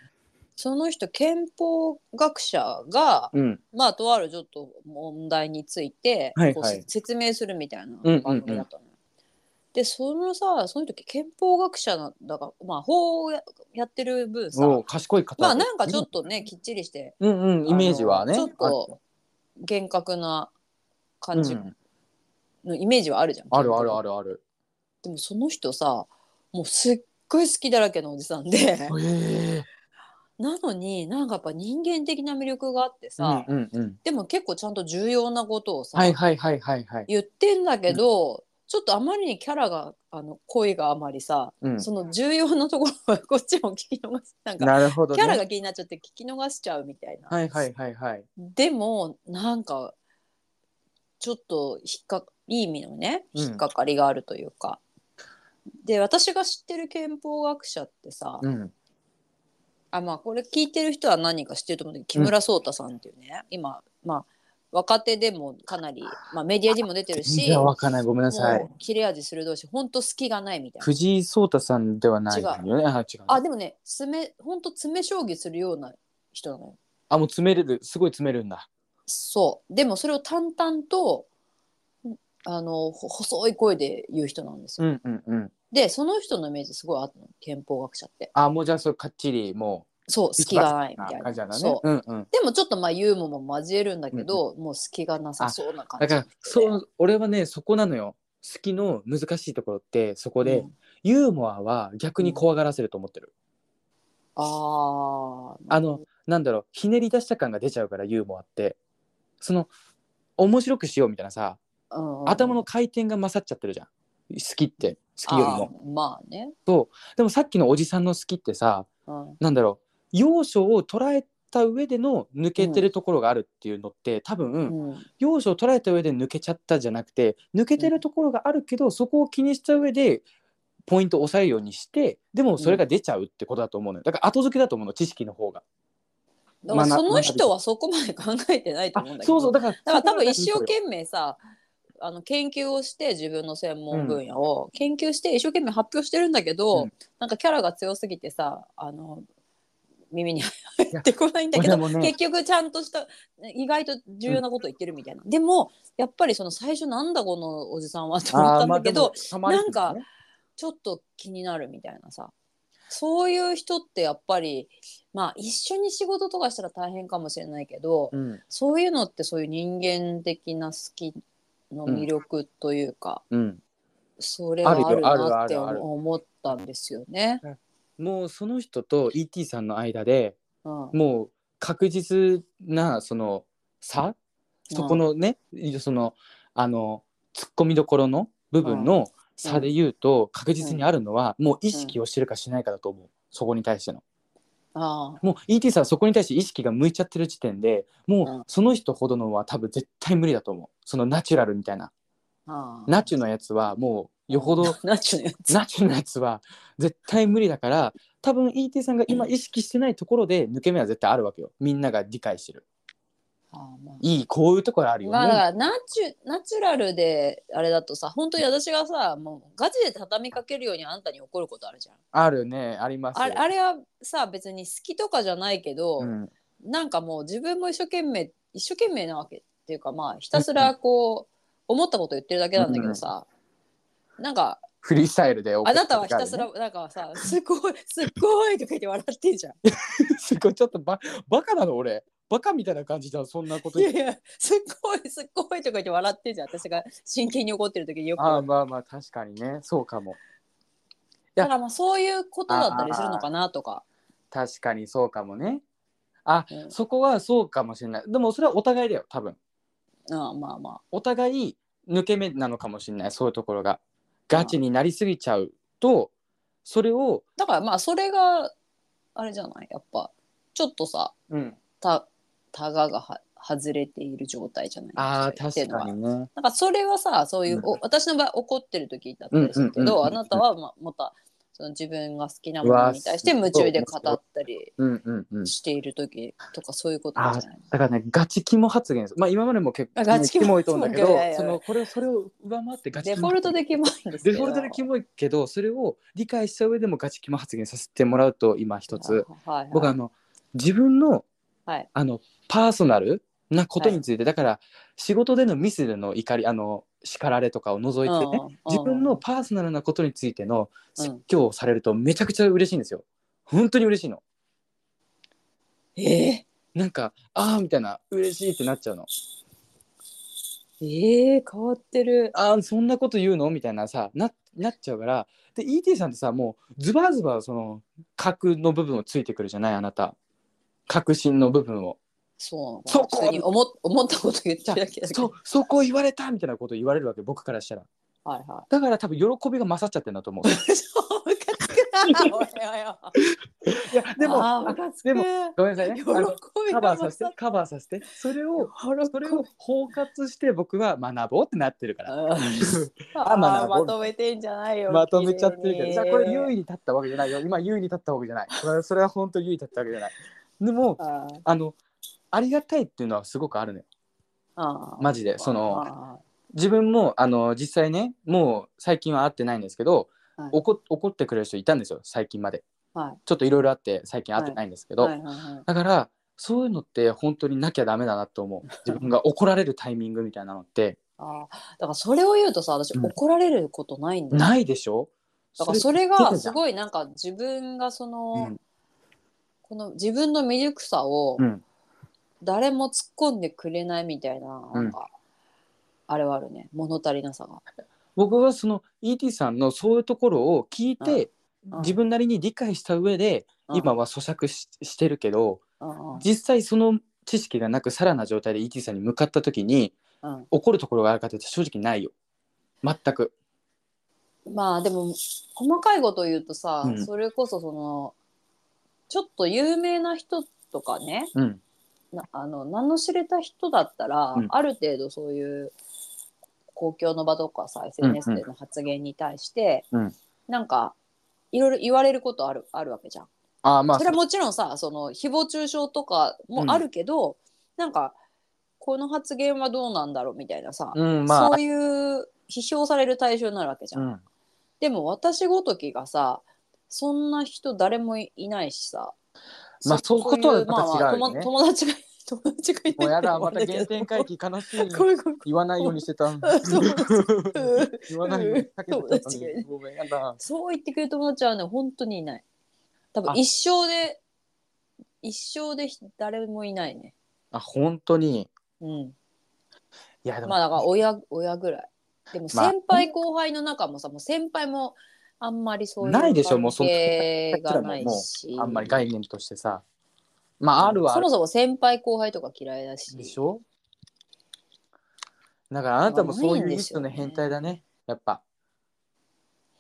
S2: その人憲法学者が、
S1: うん
S2: まあとあるちょっと問題について、
S1: はい
S2: こう
S1: はい
S2: 説明するみたいな
S1: うんうん
S2: 番組だったのよ。でそのさその時憲法学者なんだからまあ法をややってる分さ
S1: おう賢い方
S2: まあなんかちょっとね、きっちりして
S1: うんうんイメージはね
S2: あのちょっと厳格な感じのイメージはあるじゃん、
S1: あるあるあるある
S2: でもその人さもうすっごい好きだらけのおじさんで
S1: え
S2: なのになんかやっぱ人間的な魅力があってさ、
S1: うんうんうん
S2: でも結構ちゃんと重要なことをさ、
S1: はいはいはいはいはい
S2: 言ってんだけど、ちょっとあまりにキャラがあの声があまりさ、
S1: うん
S2: その重要なところはこっちも聞き逃しなんか
S1: なるほど
S2: キ
S1: ね
S2: ャラが気になっちゃって聞き逃しちゃうみたいな、
S1: はいはいはいはい
S2: でもなんかちょっと引っかいい意味のね
S1: うん
S2: 引っかかりがあるというか、で私が知ってる憲法学者ってさ、
S1: うん
S2: あまあこれ聞いてる人は何か知ってると思うんだけど木村聡太さんっていうね、今まあ若手でもかなり、まあ、メディアにも出て
S1: 全
S2: るし
S1: 然わかんないごめんなさい
S2: もう切れ味鋭いしほんと隙がないみたいな。
S1: 藤井聡太さんではないよねあ違う
S2: あでもね詰めほんと詰め将棋するような人なのよ。
S1: あもう詰めれるすごい詰めるんだ
S2: そうでもそれを淡々とんあのほ細い声で言う人なんです
S1: う
S2: よ。
S1: んうんうん
S2: でその人のイメージすごいあったの憲法学者って。
S1: あもうじゃあそれかっちりも
S2: そう
S1: う
S2: 隙がないみたいな。
S1: 感じなんだね
S2: そう
S1: うんうん
S2: でもちょっとまあユーモアも交えるんだけど、もう隙がなさそうな感
S1: だ
S2: じ
S1: か
S2: の人
S1: ら
S2: で。
S1: そう俺はねそこなのよ好きの難しいところってそこで、
S2: うん
S1: ユーモアは逆に怖がらせると思ってる、
S2: ああ
S1: あのなんだろうひねり出した感が出ちゃうからユーモアってその面白くしようみたいなさ、頭の回転が勝っちゃってるじゃん好きって好きよりも
S2: も。まあね。
S1: でもさっきのおじさんの好きってさ
S2: うん
S1: なんだろう要所を捉えた上での抜けてるところがあるっていうのって、多分、
S2: うん
S1: 要所を捉えた上で抜けちゃったじゃなくて抜けてるところがあるけど、そこを気にした上でポイントを抑えるようにしてでもそれが出ちゃうってことだと思うのよだから後付けだと思うの知識の方が。
S2: だから
S1: まあ
S2: そ
S1: な
S2: の人はそこまで考えてないと
S1: あ
S2: 思うんだけど。
S1: そうそうだから
S2: だから多分一生懸命さあの研究をして自分の専門分野を研究して一生懸命発表してるんだけど、
S1: うん
S2: なんかキャラが強すぎてさあの耳に入ってこないんだけど、
S1: 俺もね
S2: 結局ちゃんとした意外と重要なこと言ってるみたいな、でもやっぱりその最初なんだこのおじさんはと思ったんだけど、なんかちょっと気になるみたいなさそういう人ってやっぱりまあ一緒に仕事とかしたら大変かもしれないけど、
S1: うん
S2: そういうのってそういう人間的な好きの魅力というか、
S1: うん、
S2: それは
S1: あ
S2: あ
S1: る
S2: る
S1: よ
S2: なって
S1: あるあるある
S2: 思ったんですよね。
S1: もうその人と ET さんの間で
S2: うん、
S1: もう確実なその差そこのね、そのあの突っ込みどころの部分の差で言うと、確実にあるのは、もう意識をしてるかしないかだと思う、そこに対しての。
S2: ああ
S1: もう ET さんはそこに対して意識が向いちゃってる時点で
S2: う
S1: もうんその人ほどのは多分絶対無理だと思うそのナチュラルみたいな
S2: ああ
S1: ナチュのやつはもうよほど
S2: ナチュのやつ。
S1: ナチュのやつは絶対無理だから多分 ET さんが今意識してないところで抜け目は絶対あるわけよみんなが理解してる
S2: ああまあ
S1: いいこういうところあるよ
S2: まあだか
S1: ね、
S2: らナチュナチュラルであれだとさ本当に私がさもうガチで畳みかけるようにあんたに怒ることあるじゃん。
S1: あるねあります
S2: あれあれはさ別に好きとかじゃないけど、
S1: うん
S2: なんかもう自分も一生懸命一生懸命なわけっていうかまあひたすらこう思ったこと言ってるだけなんだけどさ、なんか
S1: フリースタイルで
S2: あなたはひたすらなんかさ「すごい すっごい」とか言って笑ってんじゃん。
S1: すごいちょっとババカなの俺バカみたいな感じだそんなこと
S2: い
S1: 言
S2: や
S1: っ
S2: い
S1: て
S2: や「すっごいすっごい」とか言って笑ってんじゃん私が真剣に怒ってる時によく。
S1: ああまあまあ確かにねそうかも
S2: だからまあそういうことだったりするのかなとか。
S1: 確かにそうかもねあ、
S2: うん
S1: そこはそうかもしれないでもそれはお互いだよ多分
S2: ああまあま
S1: お互い抜け目なのかもしれないそういうところがガチになりすぎちゃうとそれを
S2: あだからまあそれがあれじゃないやっぱちょっとさ
S1: うん
S2: たたががは外れている状態じゃない
S1: ああ
S2: それってい
S1: 確
S2: うのは
S1: かにね
S2: なんかそれはさそうい
S1: う
S2: う、
S1: ん
S2: お私の場合怒ってる時だったりするけど、
S1: うんうんうんうん
S2: あなたはままたその自分が好きなものに対して
S1: うわ
S2: 夢中で語ったり
S1: うんうんうん
S2: している時とかそういうことなんじゃない
S1: だからねガチ肝発言ですまあ今までも結構
S2: あガチ
S1: ね
S2: 肝
S1: モいと思うんだけど
S2: いやいやいや
S1: そのこれをそれを上回ってガチ
S2: デ
S1: 肝
S2: フォルトでキモいんですけ
S1: デ
S2: ど
S1: フォルトでキモいけどそれを理解した上でもガチ肝発言させてもらうと今一つ
S2: はいはいはい、
S1: 僕あの自分の,、
S2: はい
S1: あのパーソナルなことについて、だから仕事でのミスでの怒りあの叱られとかを除いてね、
S2: うん
S1: 自分のパーソナルなことについての
S2: うん
S1: 説教をされるとめちゃくちゃ嬉しいんですよ。本当に嬉しいの。
S2: え
S1: なんかああみたいな嬉しいってなっちゃうの。
S2: ー、えー、変わってる
S1: あーそんなこと言うのみたいなさななっちゃうからで ET さんってさもうズバズバその核の部分をついてくるじゃないあなた核心の部分を
S2: そうなのか
S1: そこ
S2: 普通に思っ思ったこと言っちゃうだけだけ
S1: そ
S2: ど
S1: うそこ言われたみたいなこと言われるわけ僕からしたら
S2: はい は
S1: だから多分喜びが勝っちゃってるんだと 思う
S2: いそうムカつくなおいおい
S1: いや
S2: おい
S1: でも
S2: あームカつく
S1: でもごめんなさいね
S2: 喜
S1: あの
S2: び
S1: カバーさせ
S2: 喜
S1: てカバーさせてそれを
S2: び
S1: それを包括して僕は学ぼうってなってるから
S2: あー
S1: あまあ
S2: あーまとめてんじゃないよ
S1: まとめちゃってるけどじゃあこれ優位に
S2: 意
S1: 立ったわけじゃないよ今優位に立ったわけじゃないそれそれは本当に優位に立ったわけじゃないでも
S2: あ
S1: あのありがたいっていうのはすごくあるのよ
S2: あ
S1: マジでその
S2: あ
S1: 自分もあの実際ねもう最近は会ってないんですけど、
S2: はい
S1: 怒怒ってくれる人いたんですよ最近まで
S2: ーはい
S1: ちょっといろいろあって最近会ってないんですけど、
S2: はいはいはい
S1: だからそういうのって本当になきゃダメだなと思う自分が怒られるタイミングみたいなのって
S2: ああだからそれを言うとさ私
S1: うん
S2: 怒られることないんだよ、
S1: ないでしょ
S2: だからそれがす
S1: い、
S2: ごいなんか自分がその、
S1: うん
S2: この自分の未熟さを
S1: うん、
S2: 誰も突っ込んでくれないみたいななんか、あれはあるね物足りなさが。
S1: 僕はその ET さんのそういうところを聞いて、
S2: うん
S1: 自分なりに理解した上で、
S2: うん
S1: 今は咀嚼ししてるけど、
S2: うんうん
S1: 実際その知識がなくさらな状態で ET さんに向かった時に
S2: うん
S1: 怒るところがあるかというと正直ないよ全く
S2: まあでも細かいこと言うとさ、
S1: うん
S2: それこそそのちょっと有名な人とかね、
S1: うん
S2: なあの名の知れた人だったら、
S1: うん
S2: ある程度そういう公共の場とかさ SNS での発言に対して、
S1: うん
S2: なんかいろいろ言われることあるあるわけじゃん。
S1: ああまあ
S2: それはもちろんさその誹謗中傷とかもあるけど、なんかこの発言はどうなんだろうみたいなさ、
S1: うんまあ
S2: そういう批評される対象になるわけじゃん。
S1: うん
S2: でも私ごときがさそんな人誰もいないしさ
S1: まあそういうことは
S2: そういうまあま
S1: また
S2: あ
S1: 違うよね
S2: 友友達が友達がいない
S1: もうやだま
S2: って
S1: た原
S2: 思うんだけど
S1: 点回帰悲しい
S2: ごめんごめん
S1: 言わないようにしてた
S2: そう
S1: 言わないように避けてたのにごめんやだ
S2: そう言ってくれる友達はね本当にいない多
S1: あ
S2: 分一生で一生で誰もいないね
S1: あ本当に
S2: うん
S1: いやでも、
S2: まあだから親親ぐらいでも
S1: まあ
S2: 先輩後輩の中もさもう先輩もあんまりそういう
S1: ないでしょもうそ
S2: 関
S1: の
S2: 係がない
S1: もう
S2: し
S1: あんまり概念としてさまああるはあ
S2: そ
S1: る
S2: もそも先輩後輩とか嫌いだし
S1: でしょだからあなたもそういう一種の
S2: ないんですよね
S1: 変態だねやっぱ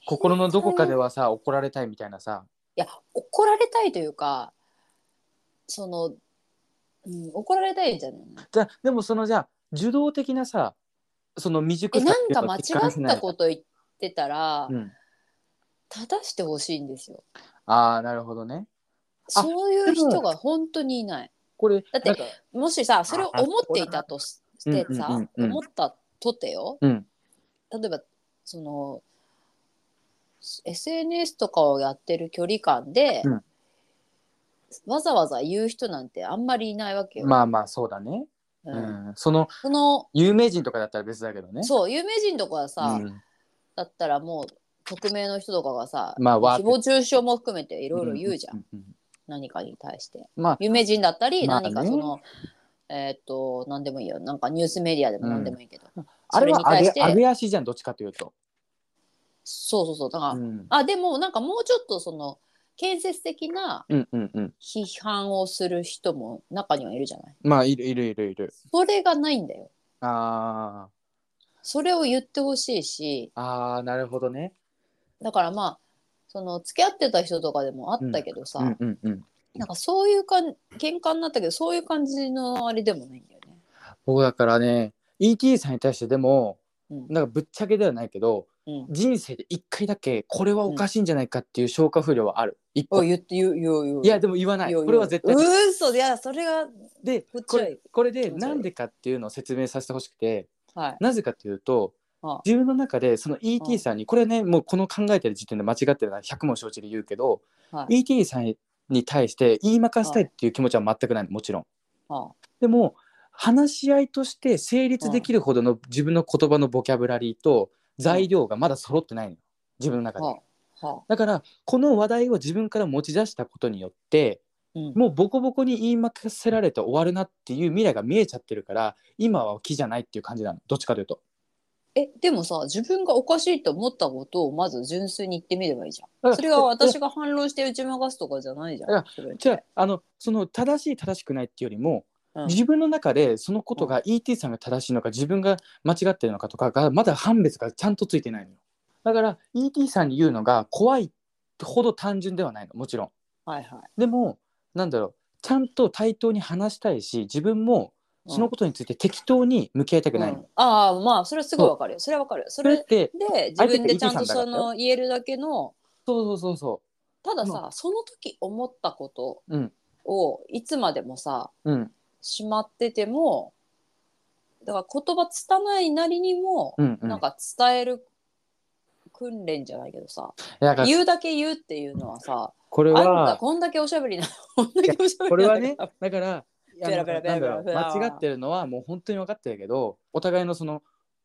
S1: 心のどこかではさ怒られたいみたいなさ
S2: いや怒られたいというかその、うん、怒られたいんじゃない
S1: じゃあでもそのじゃあ受動的なさその未熟
S2: え
S1: さっ
S2: なん
S1: ていう
S2: か
S1: の
S2: 間
S1: は
S2: 違
S1: 実感し
S2: っ
S1: ない
S2: たこと言ってたら、
S1: うん、
S2: 正してほしいんですよ
S1: ああなるほどねあ
S2: そういう人が本当にいない
S1: これ
S2: だって
S1: なんか
S2: もしさそれを思っていたとし
S1: うん
S2: してさ、
S1: うんうんうん
S2: 思ったとてよ
S1: うん
S2: 例えばその SNS とかをやってる距離感で、
S1: うん
S2: わざわざ言う人なんてあんまりいないわけよ。
S1: まあまあそうだね、う
S2: うん
S1: んその
S2: その
S1: 有名人とかだったら別だけどね
S2: そう有名人とかはさ、
S1: うん
S2: だったらもう匿名の人とかがさ、
S1: まあわー
S2: 誹謗中傷も含めていろいろ言うじゃん、
S1: んうん
S2: 何かに対して
S1: まあ
S2: 有名人だったり、
S1: まあね
S2: 何かそのえーっ、と何でもいいよなんかニュースメディアでも何でもいいけど、
S1: あれは
S2: そ
S1: 上
S2: れに対
S1: げ
S2: して
S1: 上げ足じゃんどっちかというと、
S2: そうそうそうだから、
S1: うん、
S2: あでもなんかもうちょっとその建設的な
S1: うんうんうん
S2: 批判をする人も中にはいるじゃない
S1: まあいるいるいるいる
S2: それがないんだよ
S1: あ
S2: それを言ってほしいし
S1: ーあーなるほどね
S2: だからまあその付き合ってた人とかでもあったけどさ、
S1: うんうんうん
S2: なんかそういうかん喧嘩になったけどそういう感じのあれでもないんだよね。
S1: 僕だからね ET さんに対してでも
S2: うん
S1: なんかぶっちゃけではないけど
S2: うん、
S1: 人生で一回だけこれはおかしいんじゃないかっていう消化不良はある、一個
S2: お
S1: い
S2: 言って言う言う言う。
S1: やでも言わない
S2: 言う言う
S1: これは絶対
S2: うーそいやそれが
S1: で
S2: こっち
S1: こ
S2: は
S1: れこれで
S2: 気持ち悪い
S1: なんでかっていうのを説明させてほしくて
S2: はい。
S1: なぜかというと
S2: あ
S1: 自分の中でその ET さんにこれねもうこの考えてる時点で間違ってるのは100も承知で言うけど、
S2: はい
S1: ET さんに対して言い負かしたいっていう気持ちは全くないのもちろん。
S2: は
S1: でも話し合いとして成立できるほどの自分の言葉のボキャブラリーと材料がまだ揃ってないの自分の
S2: あ
S1: 中で。
S2: はあはあ
S1: だからこの話題を自分から持ち出したことによって
S2: うん
S1: もうボコボコに言い負かせられて終わるなっていう未来が見えちゃってるから今は気じゃないっていう感じなのどっちかというと。
S2: えでもさ自分がおかしいと思ったことをまず純粋に言ってみればいいじゃ
S1: だか
S2: ん
S1: ら
S2: それが私が反論して打ち負かすとかじゃないじゃ
S1: いや
S2: んそれって
S1: じゃああのその正しい正しくないっていうよりも、
S2: うん
S1: 自分の中でそのことが ET さんが正しいのか自分が間違ってるのかとかがまだ判別がちゃんとついてないのよだから ET さんに言うのが怖いほど単純ではないのもちろん
S2: はいはい
S1: でもなんだろうちゃんと対等に話したいし自分もそのことについて適当に向き合いたくないの、
S2: うんああまあそれはすごいわかるよそれはわかるよそ
S1: それ
S2: れ
S1: って
S2: で自
S1: 相手
S2: 分
S1: が
S2: でちゃんと
S1: いい人さ
S2: そ
S1: んだからだ
S2: の言えるだけの
S1: そうそうそうそ
S2: たださ、その時思ったこと
S1: うん
S2: をいつまでもさ
S1: ううん
S2: しまっててもだから言葉拙いなりにも、
S1: うんうん
S2: なんか伝える訓練じゃないけどさ、
S1: いやだから
S2: 言うだけ言うっていうのはさ、
S1: これ
S2: あんた
S1: は
S2: こんだけおしゃべりなこんだけおしゃべりな
S1: これはねだからあ
S2: ペ
S1: の
S2: ラペラペラ
S1: なんだろう
S2: ペラペラ
S1: 間違ってるのはもう本当に分かってるけどお互いのその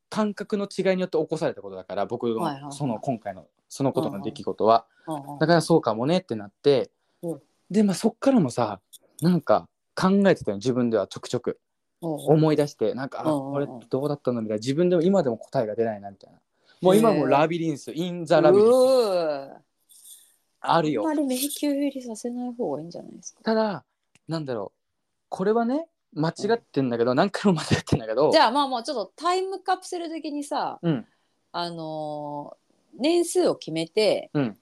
S1: 感覚の違いによって起こされたことだから僕
S2: はいはい
S1: の
S2: はい
S1: その今回のそのことの出来事は
S2: うんうん
S1: だからそうかもねってなって
S2: うん
S1: でまあそっからもさなんか考えてたよ自分ではちょくちょく
S2: うん
S1: 思い出してなんかあ
S2: うんうんうん
S1: これどうだったのみたいな自分でも今でも答えが出ないなみたいなもう今もラビリンスイン・ザ・ラビリンス
S2: うー
S1: あるよ
S2: あんまり迷宮入りさせない方がいいんじゃないですか。
S1: ただなんだろうこれはね間違ってんだけど何回も間違ってんだけど
S2: じゃあまあまあちょっとタイムカプセル的にさ、
S1: うん
S2: あのー年数を決めて、
S1: うん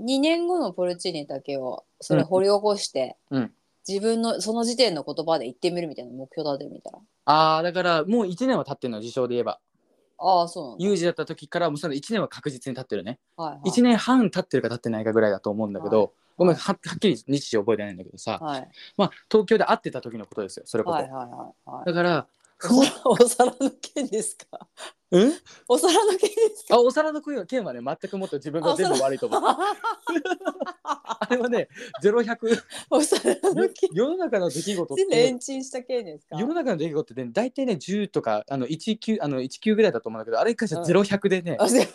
S2: 2年後のポルチーニだけをそれ掘り起こして、
S1: うん
S2: 自分のその時点の言葉で言ってみるみたいな目標立ててみたら
S1: ああだからもう1年は経ってるの事象で言えば
S2: ああそうなん
S1: 有事だった時からもうその1年は確実に経ってるね、
S2: だ、はいはい、
S1: 一1年半経ってるか経ってないかぐらいだと思うんだけど、
S2: はい
S1: ごめんははっきり日時覚えてないんだけどさ、
S2: はい
S1: まあ東京で会ってた時のことですよそれこそ、
S2: はいはいはいはい
S1: だから
S2: お皿お皿の件ですか
S1: うん
S2: お皿の件ですか
S1: あお皿の食いの件はね全くもっと自分が全部悪いと思 うあれはね0100
S2: お皿の件
S1: 世の中の出来事っ
S2: レ
S1: て
S2: ンチンした件ですか
S1: 世の中の出来事ってね大体ね10とかあの19あの19ぐらいだと思うんだけどあれに関しては0100でね、
S2: あそう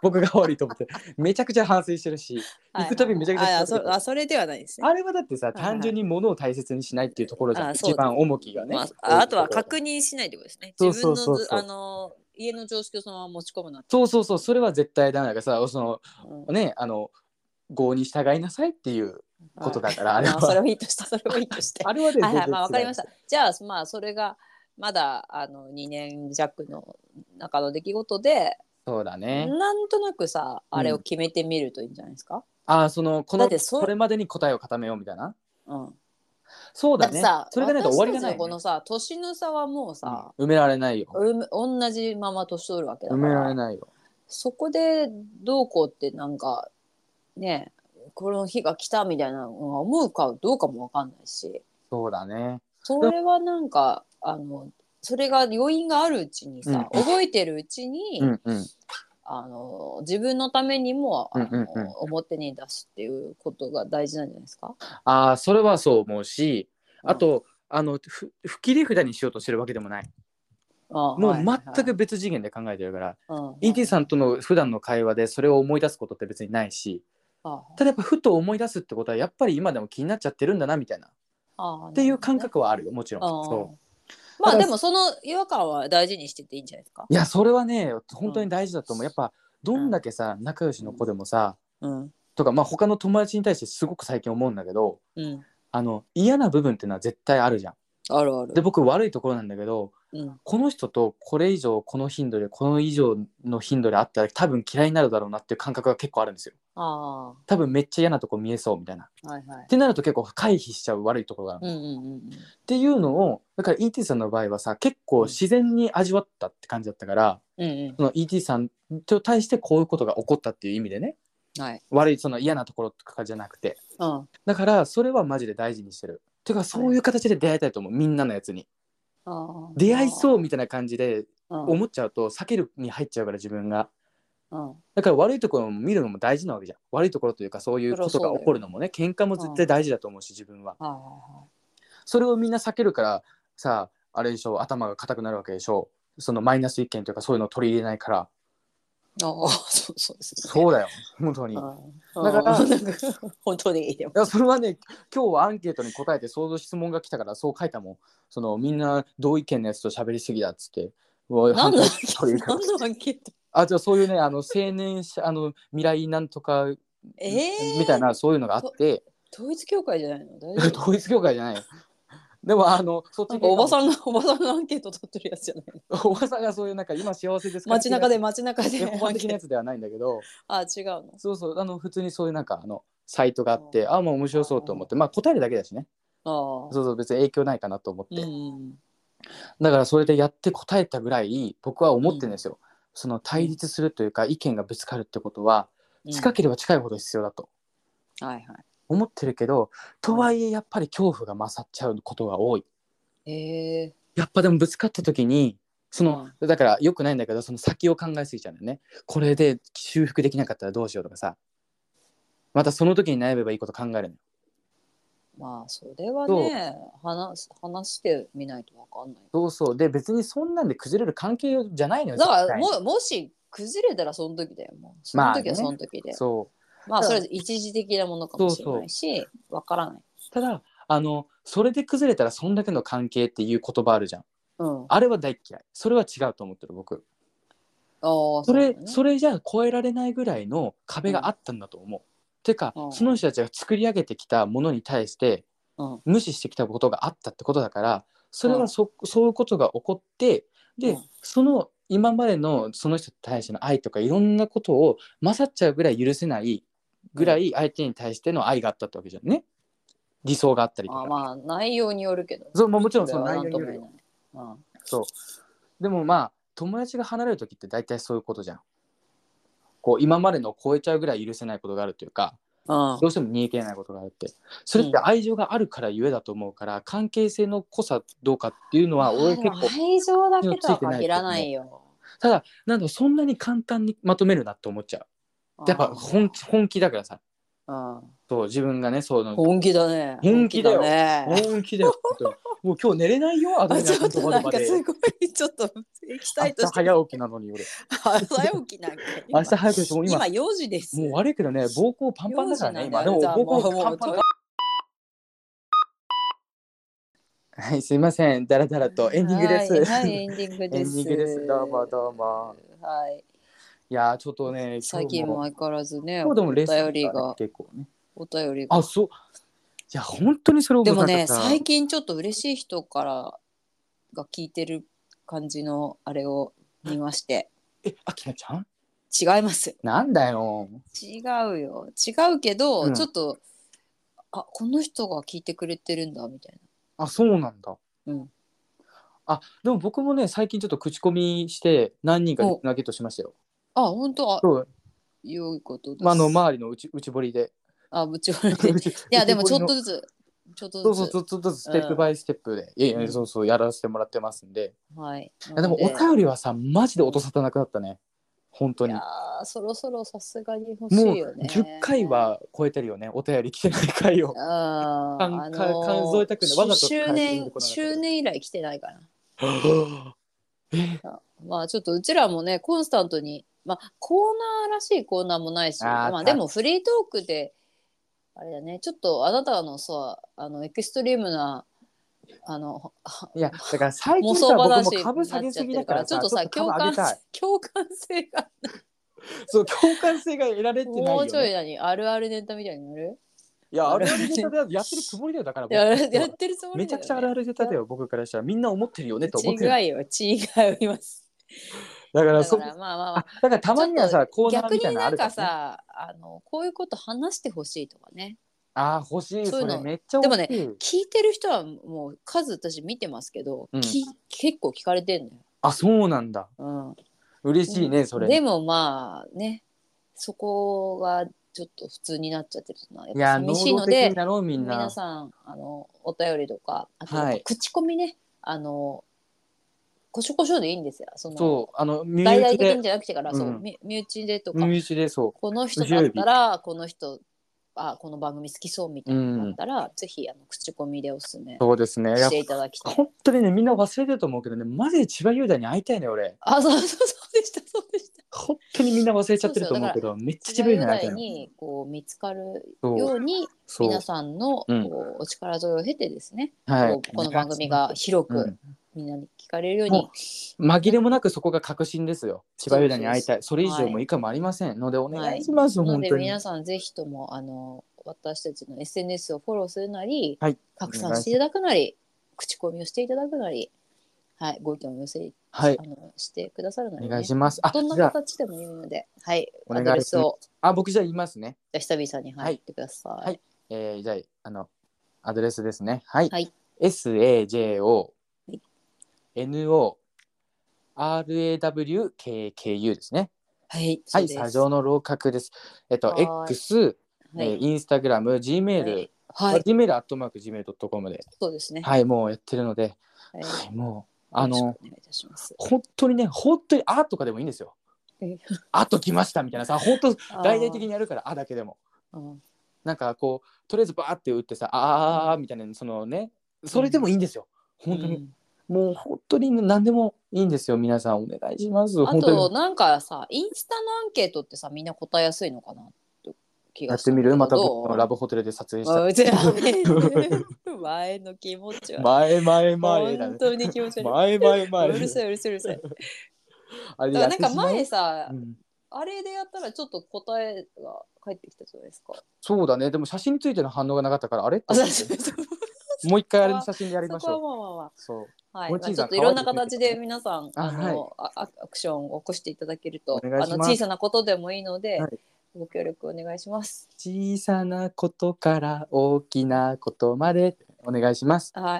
S1: 僕が悪いと思ってめちゃくちゃ反省してるし行くたびめちゃくちゃ
S2: あそあそれではないですね
S1: あれはだってさ
S2: いはい
S1: 単純に物を大切にしないっていうところじゃん、
S2: あそう
S1: 一番重きがね、
S2: まあ、あとは確認しないってことですね。
S1: そう
S2: 自
S1: そ
S2: 分
S1: うそうそう
S2: のずあの家の常識をそのまま持ち込むなって。
S1: そうそうそうそれは絶対ダメだからさそ
S2: う
S1: の
S2: ん
S1: ねあの合に従いなさいっていうことだから、
S2: あ
S1: あれ
S2: まあそれ
S1: は
S2: をいいとして、それをいいとして。は
S1: あれはね
S2: いはい、まあわかりましたた。じゃあまあそれがまだあの2年弱の中の出来事で、
S1: そうだね、
S2: なんとなくさあれを決めてみるといいんじゃないですか。
S1: ああそのこの
S2: だってそ
S1: これまでに答えを固めようみたいな
S2: うん。
S1: そう
S2: だ
S1: だ
S2: って
S1: ね
S2: さ、
S1: それがないと終わりが
S2: 私た
S1: な
S2: ち
S1: い、
S2: のこのさ年の差はもうさ、
S1: うん埋められないよ
S2: うん同じまま年取るわけだ
S1: 埋
S2: から。
S1: められないよ
S2: そこでどうこうってなんかねこの日が来たみたいなのが思うかどうかもわかんないし
S1: そうだね
S2: それはなんかあのそれが余韻があるうちにさ、
S1: うん
S2: 覚えてるうちに、
S1: うんうん
S2: あの自分のためにもあの、
S1: うんうんうん
S2: 表に出すっていうことが大事なんじゃないですか。
S1: ああそれはそう思うしあと、あのふ不切り札にしようとしてるわけでもないも
S2: あ
S1: う
S2: はいはいはい
S1: 全く別次元で考えてるから、
S2: うんうん
S1: ET さんとの普段の会話でそれを思い出すことって別にないし
S2: あ
S1: ただやっぱふと思い出すってことはやっぱり今でも気になっちゃってるんだなみたいなっ
S2: あ
S1: ていう感覚はあるよもちろん。
S2: なるほどね
S1: そ
S2: うんまあでもその違和感は大事にしてていいんじゃないですか
S1: う。いやそれはね本当に大事だと思うやっぱどんだけさ仲良しの子でもさ
S2: うん
S1: とかまあ他の友達に対してすごく最近思うんだけど
S2: うん、
S1: あの嫌な部分っていうのは絶対あるじゃん。
S2: あるある。
S1: で僕悪いところなんだけど
S2: うん、
S1: この人とこれ以上この頻度でこの以上の頻度で会ったら多分嫌いになるだろうなっていう感覚が結構あるんですよ。
S2: あ
S1: 多分めっちゃ嫌なとこ見えそうみたいな。
S2: あはいはい
S1: っ。てなると結構回避しちゃう悪いところがある。
S2: うんうんうんうん。
S1: っていうのをだから ET さんの場合はさ結構自然に味わったって感じだったから、
S2: うんう
S1: その ET さんと対してこういうことが起こったっていう意味でね
S2: ん。はい。
S1: 悪いその嫌なところとかじゃなくて
S2: うん。
S1: だからそれはマジで大事にしてる。てかそういう形で出会いたいと思うみんなのやつに出会い
S2: う
S1: そうみたいな感じで
S2: ん。
S1: 思っちゃうと避けるに入っちゃうから自分が
S2: うん
S1: だから悪いところも見るのも大事なわけじゃん悪いところというかそういうことが起こるのもね喧嘩も絶対大事だと思うし自分は
S2: はいはいは
S1: それをみんな避けるからさあれでしょ頭が硬くなるわけでしょそのマイナス意見というかそういうのを取り入れないから
S2: いああそうそうですね
S1: そうだよ本当に。
S2: うん
S1: だから
S2: うんなんか本当にいいでも
S1: いやそれはね今日はアンケートに答えて想像質問が来たからそう書いたもんそのみんな同意見のやつと喋りすぎだっつっておい
S2: 何の
S1: 反
S2: ア
S1: 対とい
S2: ンケー
S1: う
S2: ト
S1: か
S2: 何のアンケート
S1: あじゃあそういうねあの青年者あの未来なんとか、
S2: ええ
S1: みたいなそういうのがあって
S2: 統一教会じゃないの大丈夫
S1: 統一教会じゃないよでもあのそっち
S2: なんかおば
S1: ん
S2: さんがおばさんのアンケート取ってるやつじゃないの
S1: おばさんがそういうなんか今幸せですか
S2: 街中で
S1: 的
S2: 街中
S1: な
S2: で
S1: 基本的なやつではないんだけど
S2: あ違うの
S1: そうそうあの普通にそういうなんかあのサイトがあってあもう面白そうと思ってまあ答えるだけだしね
S2: ああ
S1: そうそう別に影響ないかなと思って、
S2: うん
S1: だからそれでやって答えたぐらい僕は思ってるんですよ、その対立するというか意見がぶつかるってことは近ければ近いほど必要だと
S2: うんはいは
S1: 思ってるけど、とはいえやっぱり恐怖が勝っちゃうことが多い
S2: いええ
S1: やっぱでもぶつかった時にその、だからよくないんだけどその先を考えすぎちゃうんだよねこれで修復できなかったらどうしようとかさまたその時に悩めばいいこと考えるのよ
S2: まあそれはね話す話してみないとわかんない
S1: そうそうで別にそんなんで崩れる関係じゃないのよ
S2: だか
S1: 絶
S2: ら
S1: 対に
S2: ももし崩れたらその時だよもうそ
S1: ま
S2: の
S1: あね
S2: 時はその時で、まあ
S1: そう
S2: それは一時的なものかもしれないしわからない
S1: ただあのそれで崩れたらそんだけの関係っていう言葉あるじゃん
S2: うんあ
S1: あれは大嫌いそれは違うと思ってる僕
S2: あ
S1: それそ,、
S2: うだね
S1: れじゃ超えられないぐらいの壁があったんだと思う、てか、
S2: うん
S1: その人たちが作り上げてきたものに対して、
S2: うん
S1: 無視してきたことがあったってことだからそれ
S2: う
S1: は
S2: ん
S1: そ,、そういうことが起こってで、
S2: うん
S1: その今までのその人に対しての愛とかいろんなことを勝っちゃうぐらい許せないぐらい相手に対しての愛があったってわけじゃんね理想があったりとか。
S2: あまあ内容によるけど
S1: そうまあもちろん
S2: そ
S1: そ
S2: れ
S1: の
S2: は
S1: 内
S2: な
S1: 容
S2: ん
S1: に
S2: と
S1: よ
S2: も
S1: る
S2: 言え
S1: よ
S2: ない、うん
S1: そうでもまあ友達が離れる時って大体そういうことじゃんこう今までのを超えちゃうぐらい許せないことがあるというか
S2: うん
S1: どうしても煮え切れないことがあるってそれって愛情があるからゆえだと思うから、関係性の濃さどうかっていうのは俺結構
S2: あでも愛情だけとは限らないよ。
S1: ただなんだろうそんなに簡単にまとめるなって思っちゃうやっぱ本気本気だからさ
S2: うん
S1: そう自分がねそうの
S2: 本気だね。
S1: 本気だよ
S2: ね。
S1: 本気だよ本 当にもう今日寝れないよあ
S2: あ
S1: の
S2: ちょっとなん
S1: ま
S2: か
S1: です
S2: ごいちょっとエキサイト
S1: 朝
S2: して
S1: 早起きなのに俺
S2: 朝起きなんか
S1: 明日早くですもう今
S2: 今4時です。
S1: もう悪いけどね、膀胱パンパンだからね、
S2: 用心
S1: 今。
S2: な
S1: で
S2: んだよ
S1: も
S2: じゃあ
S1: 膀
S2: もう
S1: 胱パンパンだ
S2: も
S1: はい、すいません、だらだらとエンディングです。
S2: はい、はいエンディング
S1: エ
S2: で
S1: ン
S2: す。
S1: ディングです、どうもどうも。
S2: はい。
S1: いやー、ちょっとね、
S2: 最近
S1: 今
S2: も
S1: 日も
S2: 相変わらずね、
S1: 今日でもレッスン
S2: お便りが
S1: 結構ね。
S2: お便りが。
S1: あ、そう。いや、本当にそれを
S2: でもね、最近ちょっと嬉しい人からが聞いてる感じのあれを見まして、
S1: え、あきなちゃん
S2: 違います。
S1: なんだよ。
S2: 違うよ違うけど、
S1: うん
S2: ちょっとあこの人が聞いてくれてるんだみたい
S1: あ、そうなんだ。
S2: うん。
S1: あ、でも僕もね、最近ちょっと口コミして何人かリスナーゲットしましたよ。
S2: なあ本当あ
S1: そう、
S2: 良いことです、
S1: まあ、あの、周りの内内堀で。
S2: あぶち折れて いやでもちょっとずつちょっ
S1: そ
S2: と
S1: うそ
S2: ず
S1: う
S2: つ
S1: ちょっとずつステップバイステップで、いやいうや
S2: ん
S1: そうそうやらせてもらってますんで、
S2: はい
S1: いやでもお
S2: り
S1: 便りはさマジで音沙汰なくなったね本当
S2: い
S1: に
S2: やーそろそろさすがに欲し
S1: もう
S2: いよね
S1: 10回は超えてるよねお便り来てない回を
S2: あー
S1: かん
S2: あの
S1: か数えたくないわざと
S2: 周
S1: 変えて
S2: 年
S1: こなかったけど
S2: 周年以来来てないかな
S1: え
S2: まあちょっとうちらもねコンスタントに、まあ、コーナーらしいコーナーもないし
S1: あー
S2: まあ、
S1: た
S2: でもフリートークであれだねちょっとあなたのさあのエクストリームなあの
S1: いやだから最
S2: 妄
S1: 近
S2: 想
S1: さ僕
S2: 話
S1: も
S2: にな
S1: 株
S2: っち
S1: 下
S2: ゃっ
S1: げ
S2: て
S1: すぎ
S2: る
S1: だ
S2: か
S1: からら
S2: ち
S1: さ
S2: ょっとさ共
S1: 株上
S2: 感
S1: げたい
S2: 共感性が
S1: そう共感性が得られてない
S2: も
S1: よ、
S2: うちょい
S1: ね、
S2: 何あるあるネタみたいになる
S1: いやあるあるネタだよやってるつもりだよだから僕
S2: ややってるつもり
S1: めちゃくちゃあるあるネタだよ僕からしたらみんな思ってるよねと思ってる
S2: 違いよ違います
S1: だから
S2: だか
S1: そ
S2: らまあまあ
S1: あ
S2: まあ
S1: だからたまにはさ
S2: ちょ
S1: コ
S2: っと
S1: ーナー
S2: 逆
S1: みたい
S2: に
S1: なのあ
S2: なん
S1: るから
S2: か
S1: ね、
S2: さあのこういうこと話してほしいとかね
S1: あー欲しい
S2: そ
S1: そ
S2: ういうの
S1: れめっちゃ欲しい
S2: で聞いてる人はもう数私見てますけど、
S1: うん
S2: き結構聞かれてんのよ。
S1: あそうなんだ
S2: うん、
S1: 嬉しいねそれ
S2: でもまあねそこがちょっと普通になっちゃってるのはや
S1: い
S2: っぱ
S1: や
S2: 寂しい
S1: 能動
S2: の
S1: 的
S2: で
S1: になろうみんな
S2: 皆さんあのお便りとかあと
S1: はい
S2: 口コミね、あのこしょこしょでいいんですよその
S1: そうあの身
S2: 大々
S1: 内
S2: 的に
S1: で
S2: じゃなくてから、そう
S1: うん
S2: み身内でとか、
S1: 身内でそ
S2: この人だったらこの人あこの番組好きそうみたいなのだったら、ぜひあの口コミでおすすめ
S1: うそうですねや
S2: し
S1: って
S2: いただきた
S1: ぱ
S2: い。
S1: 本当にねみんな忘れてると思うけどねマジで千葉雄大に会いたいね俺
S2: あそうそうそうでしたそうでした。
S1: 本当にみんな忘れちゃってると思うけどめっちゃ千葉雄大に会いたいの
S2: にこう見つかるよ
S1: そう
S2: うに
S1: そう
S2: 皆さんのこ
S1: うん
S2: うお力添えを経てですね、
S1: はい
S2: こうこの番組が
S1: う
S2: 広く
S1: ん
S2: みんなに聞かれるよう
S1: も
S2: に、
S1: 紛れもなくそこが確信ですよ千葉雄大に会いたいそれ以
S2: は
S1: 上
S2: い
S1: も以下もありませんのでお願いします、
S2: なの
S1: 本
S2: で
S1: 当に
S2: 皆さんぜひともあの私たちの SNS をフォローするなり、
S1: はい
S2: 拡散していただくなり口コミをしていただくなり、はい、ご意見を寄せ、
S1: はい
S2: あのしてくださるなり、
S1: お願いしますあ
S2: どんな
S1: じゃあ
S2: 形でもいいので、はい、
S1: お
S2: ア
S1: 願いします
S2: ドレスを
S1: あ僕じゃあ言いますね
S2: じゃあ久々に
S1: は
S2: 入
S1: い
S2: ってください。
S1: はいえー、じゃああのアドレスですねはい、
S2: はい
S1: SAJO
S2: い
S1: NO RAWKKU ですね。
S2: はい、
S1: は
S2: そう
S1: い、
S2: です
S1: 砂上の楼閣です。えっと、
S2: はーい
S1: X、
S2: は
S1: え
S2: い
S1: ー、インスタグラム、G メー
S2: は
S1: ル
S2: い、はい、
S1: Gmail アットマーク Gmail.com で、
S2: そうですね。
S1: はい、もうやってるので、
S2: はい
S1: はい、もう、あ
S2: よろ
S1: の
S2: し、くお願いいたします。
S1: 本当にね、本当に、あとかでもいいんですよ
S2: え。
S1: あと来ましたみたいなさ、本当、大々的にやるから、あだけでも。
S2: あー。うん
S1: なんかこう、とりあえずバーって打ってさ、あーあーみたいな、そのね、それでもいいんですよ。本当に、もう本当に何でもいいんですよ、皆さん、お願いします。
S2: あ
S1: 本当
S2: と
S1: に。
S2: なんかさインスタのアンケートってさみんな答えやすいのかなって気
S1: や
S2: が
S1: ってみるまた
S2: ど
S1: 僕
S2: う
S1: のラブホテルで撮影し
S2: あ
S1: た。
S2: うちら ね前の気持ちは
S1: 前前前だ
S2: 本
S1: ね。
S2: 当に気持ち悪
S1: 前前
S2: い。うるさ
S1: 前。
S2: いうるさいうるさい。だか
S1: あれ
S2: ら
S1: やっ
S2: な
S1: て
S2: んか
S1: しまう
S2: 前さ
S1: うん
S2: あれでやったらちょっと答えが返ってきたじゃないですか。
S1: そうだね。でも写真についての反応がなかったから、あれって
S2: あそうそうそう
S1: もう一回あれの写真でやり
S2: そ
S1: まし
S2: こは
S1: ょう。
S2: まあまあま
S1: そう。
S2: あ。はい。
S1: も
S2: ま
S1: う
S2: あ
S1: ちい
S2: ち
S1: さ
S2: ょ
S1: ん
S2: っといろんな形で皆さん
S1: あ
S2: あ
S1: はい
S2: のあアクションを起こしていただけるとあ
S1: お願いします
S2: の小さなことでもいいので
S1: はい
S2: ご協力お願いします。
S1: 小さなことから大きなことまでお願いします。
S2: は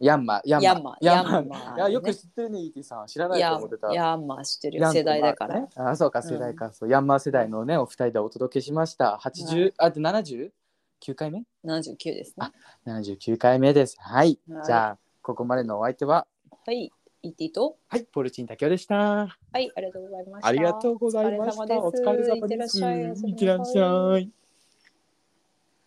S2: い。
S1: ヤンマ、ヤンマ。
S2: ヤンマ
S1: ヤンマ
S2: ヤンマ
S1: いやよく知ってるね、イーティさん。知らないと
S2: ヤ
S1: 思って
S2: ン
S1: た。
S2: ヤンマー知ってる
S1: ヤンマ
S2: よ世代だから。
S1: ねあ、そうか、世代か。そうヤンマ世代のね、お二人でお届けしました。80、あと 79? 回目
S2: 79ですね。
S1: ?79 回目です。はい。
S2: はい
S1: じゃあ、ここまでのお相手は、
S2: はい。ET と
S1: はい、ポルチン竹雄でした。
S2: はいありがとうございました。
S1: ありがとうございました。
S2: お疲れ様です
S1: お疲れ様です。
S2: いってらっし
S1: いって
S2: ゃい
S1: らっしゃい。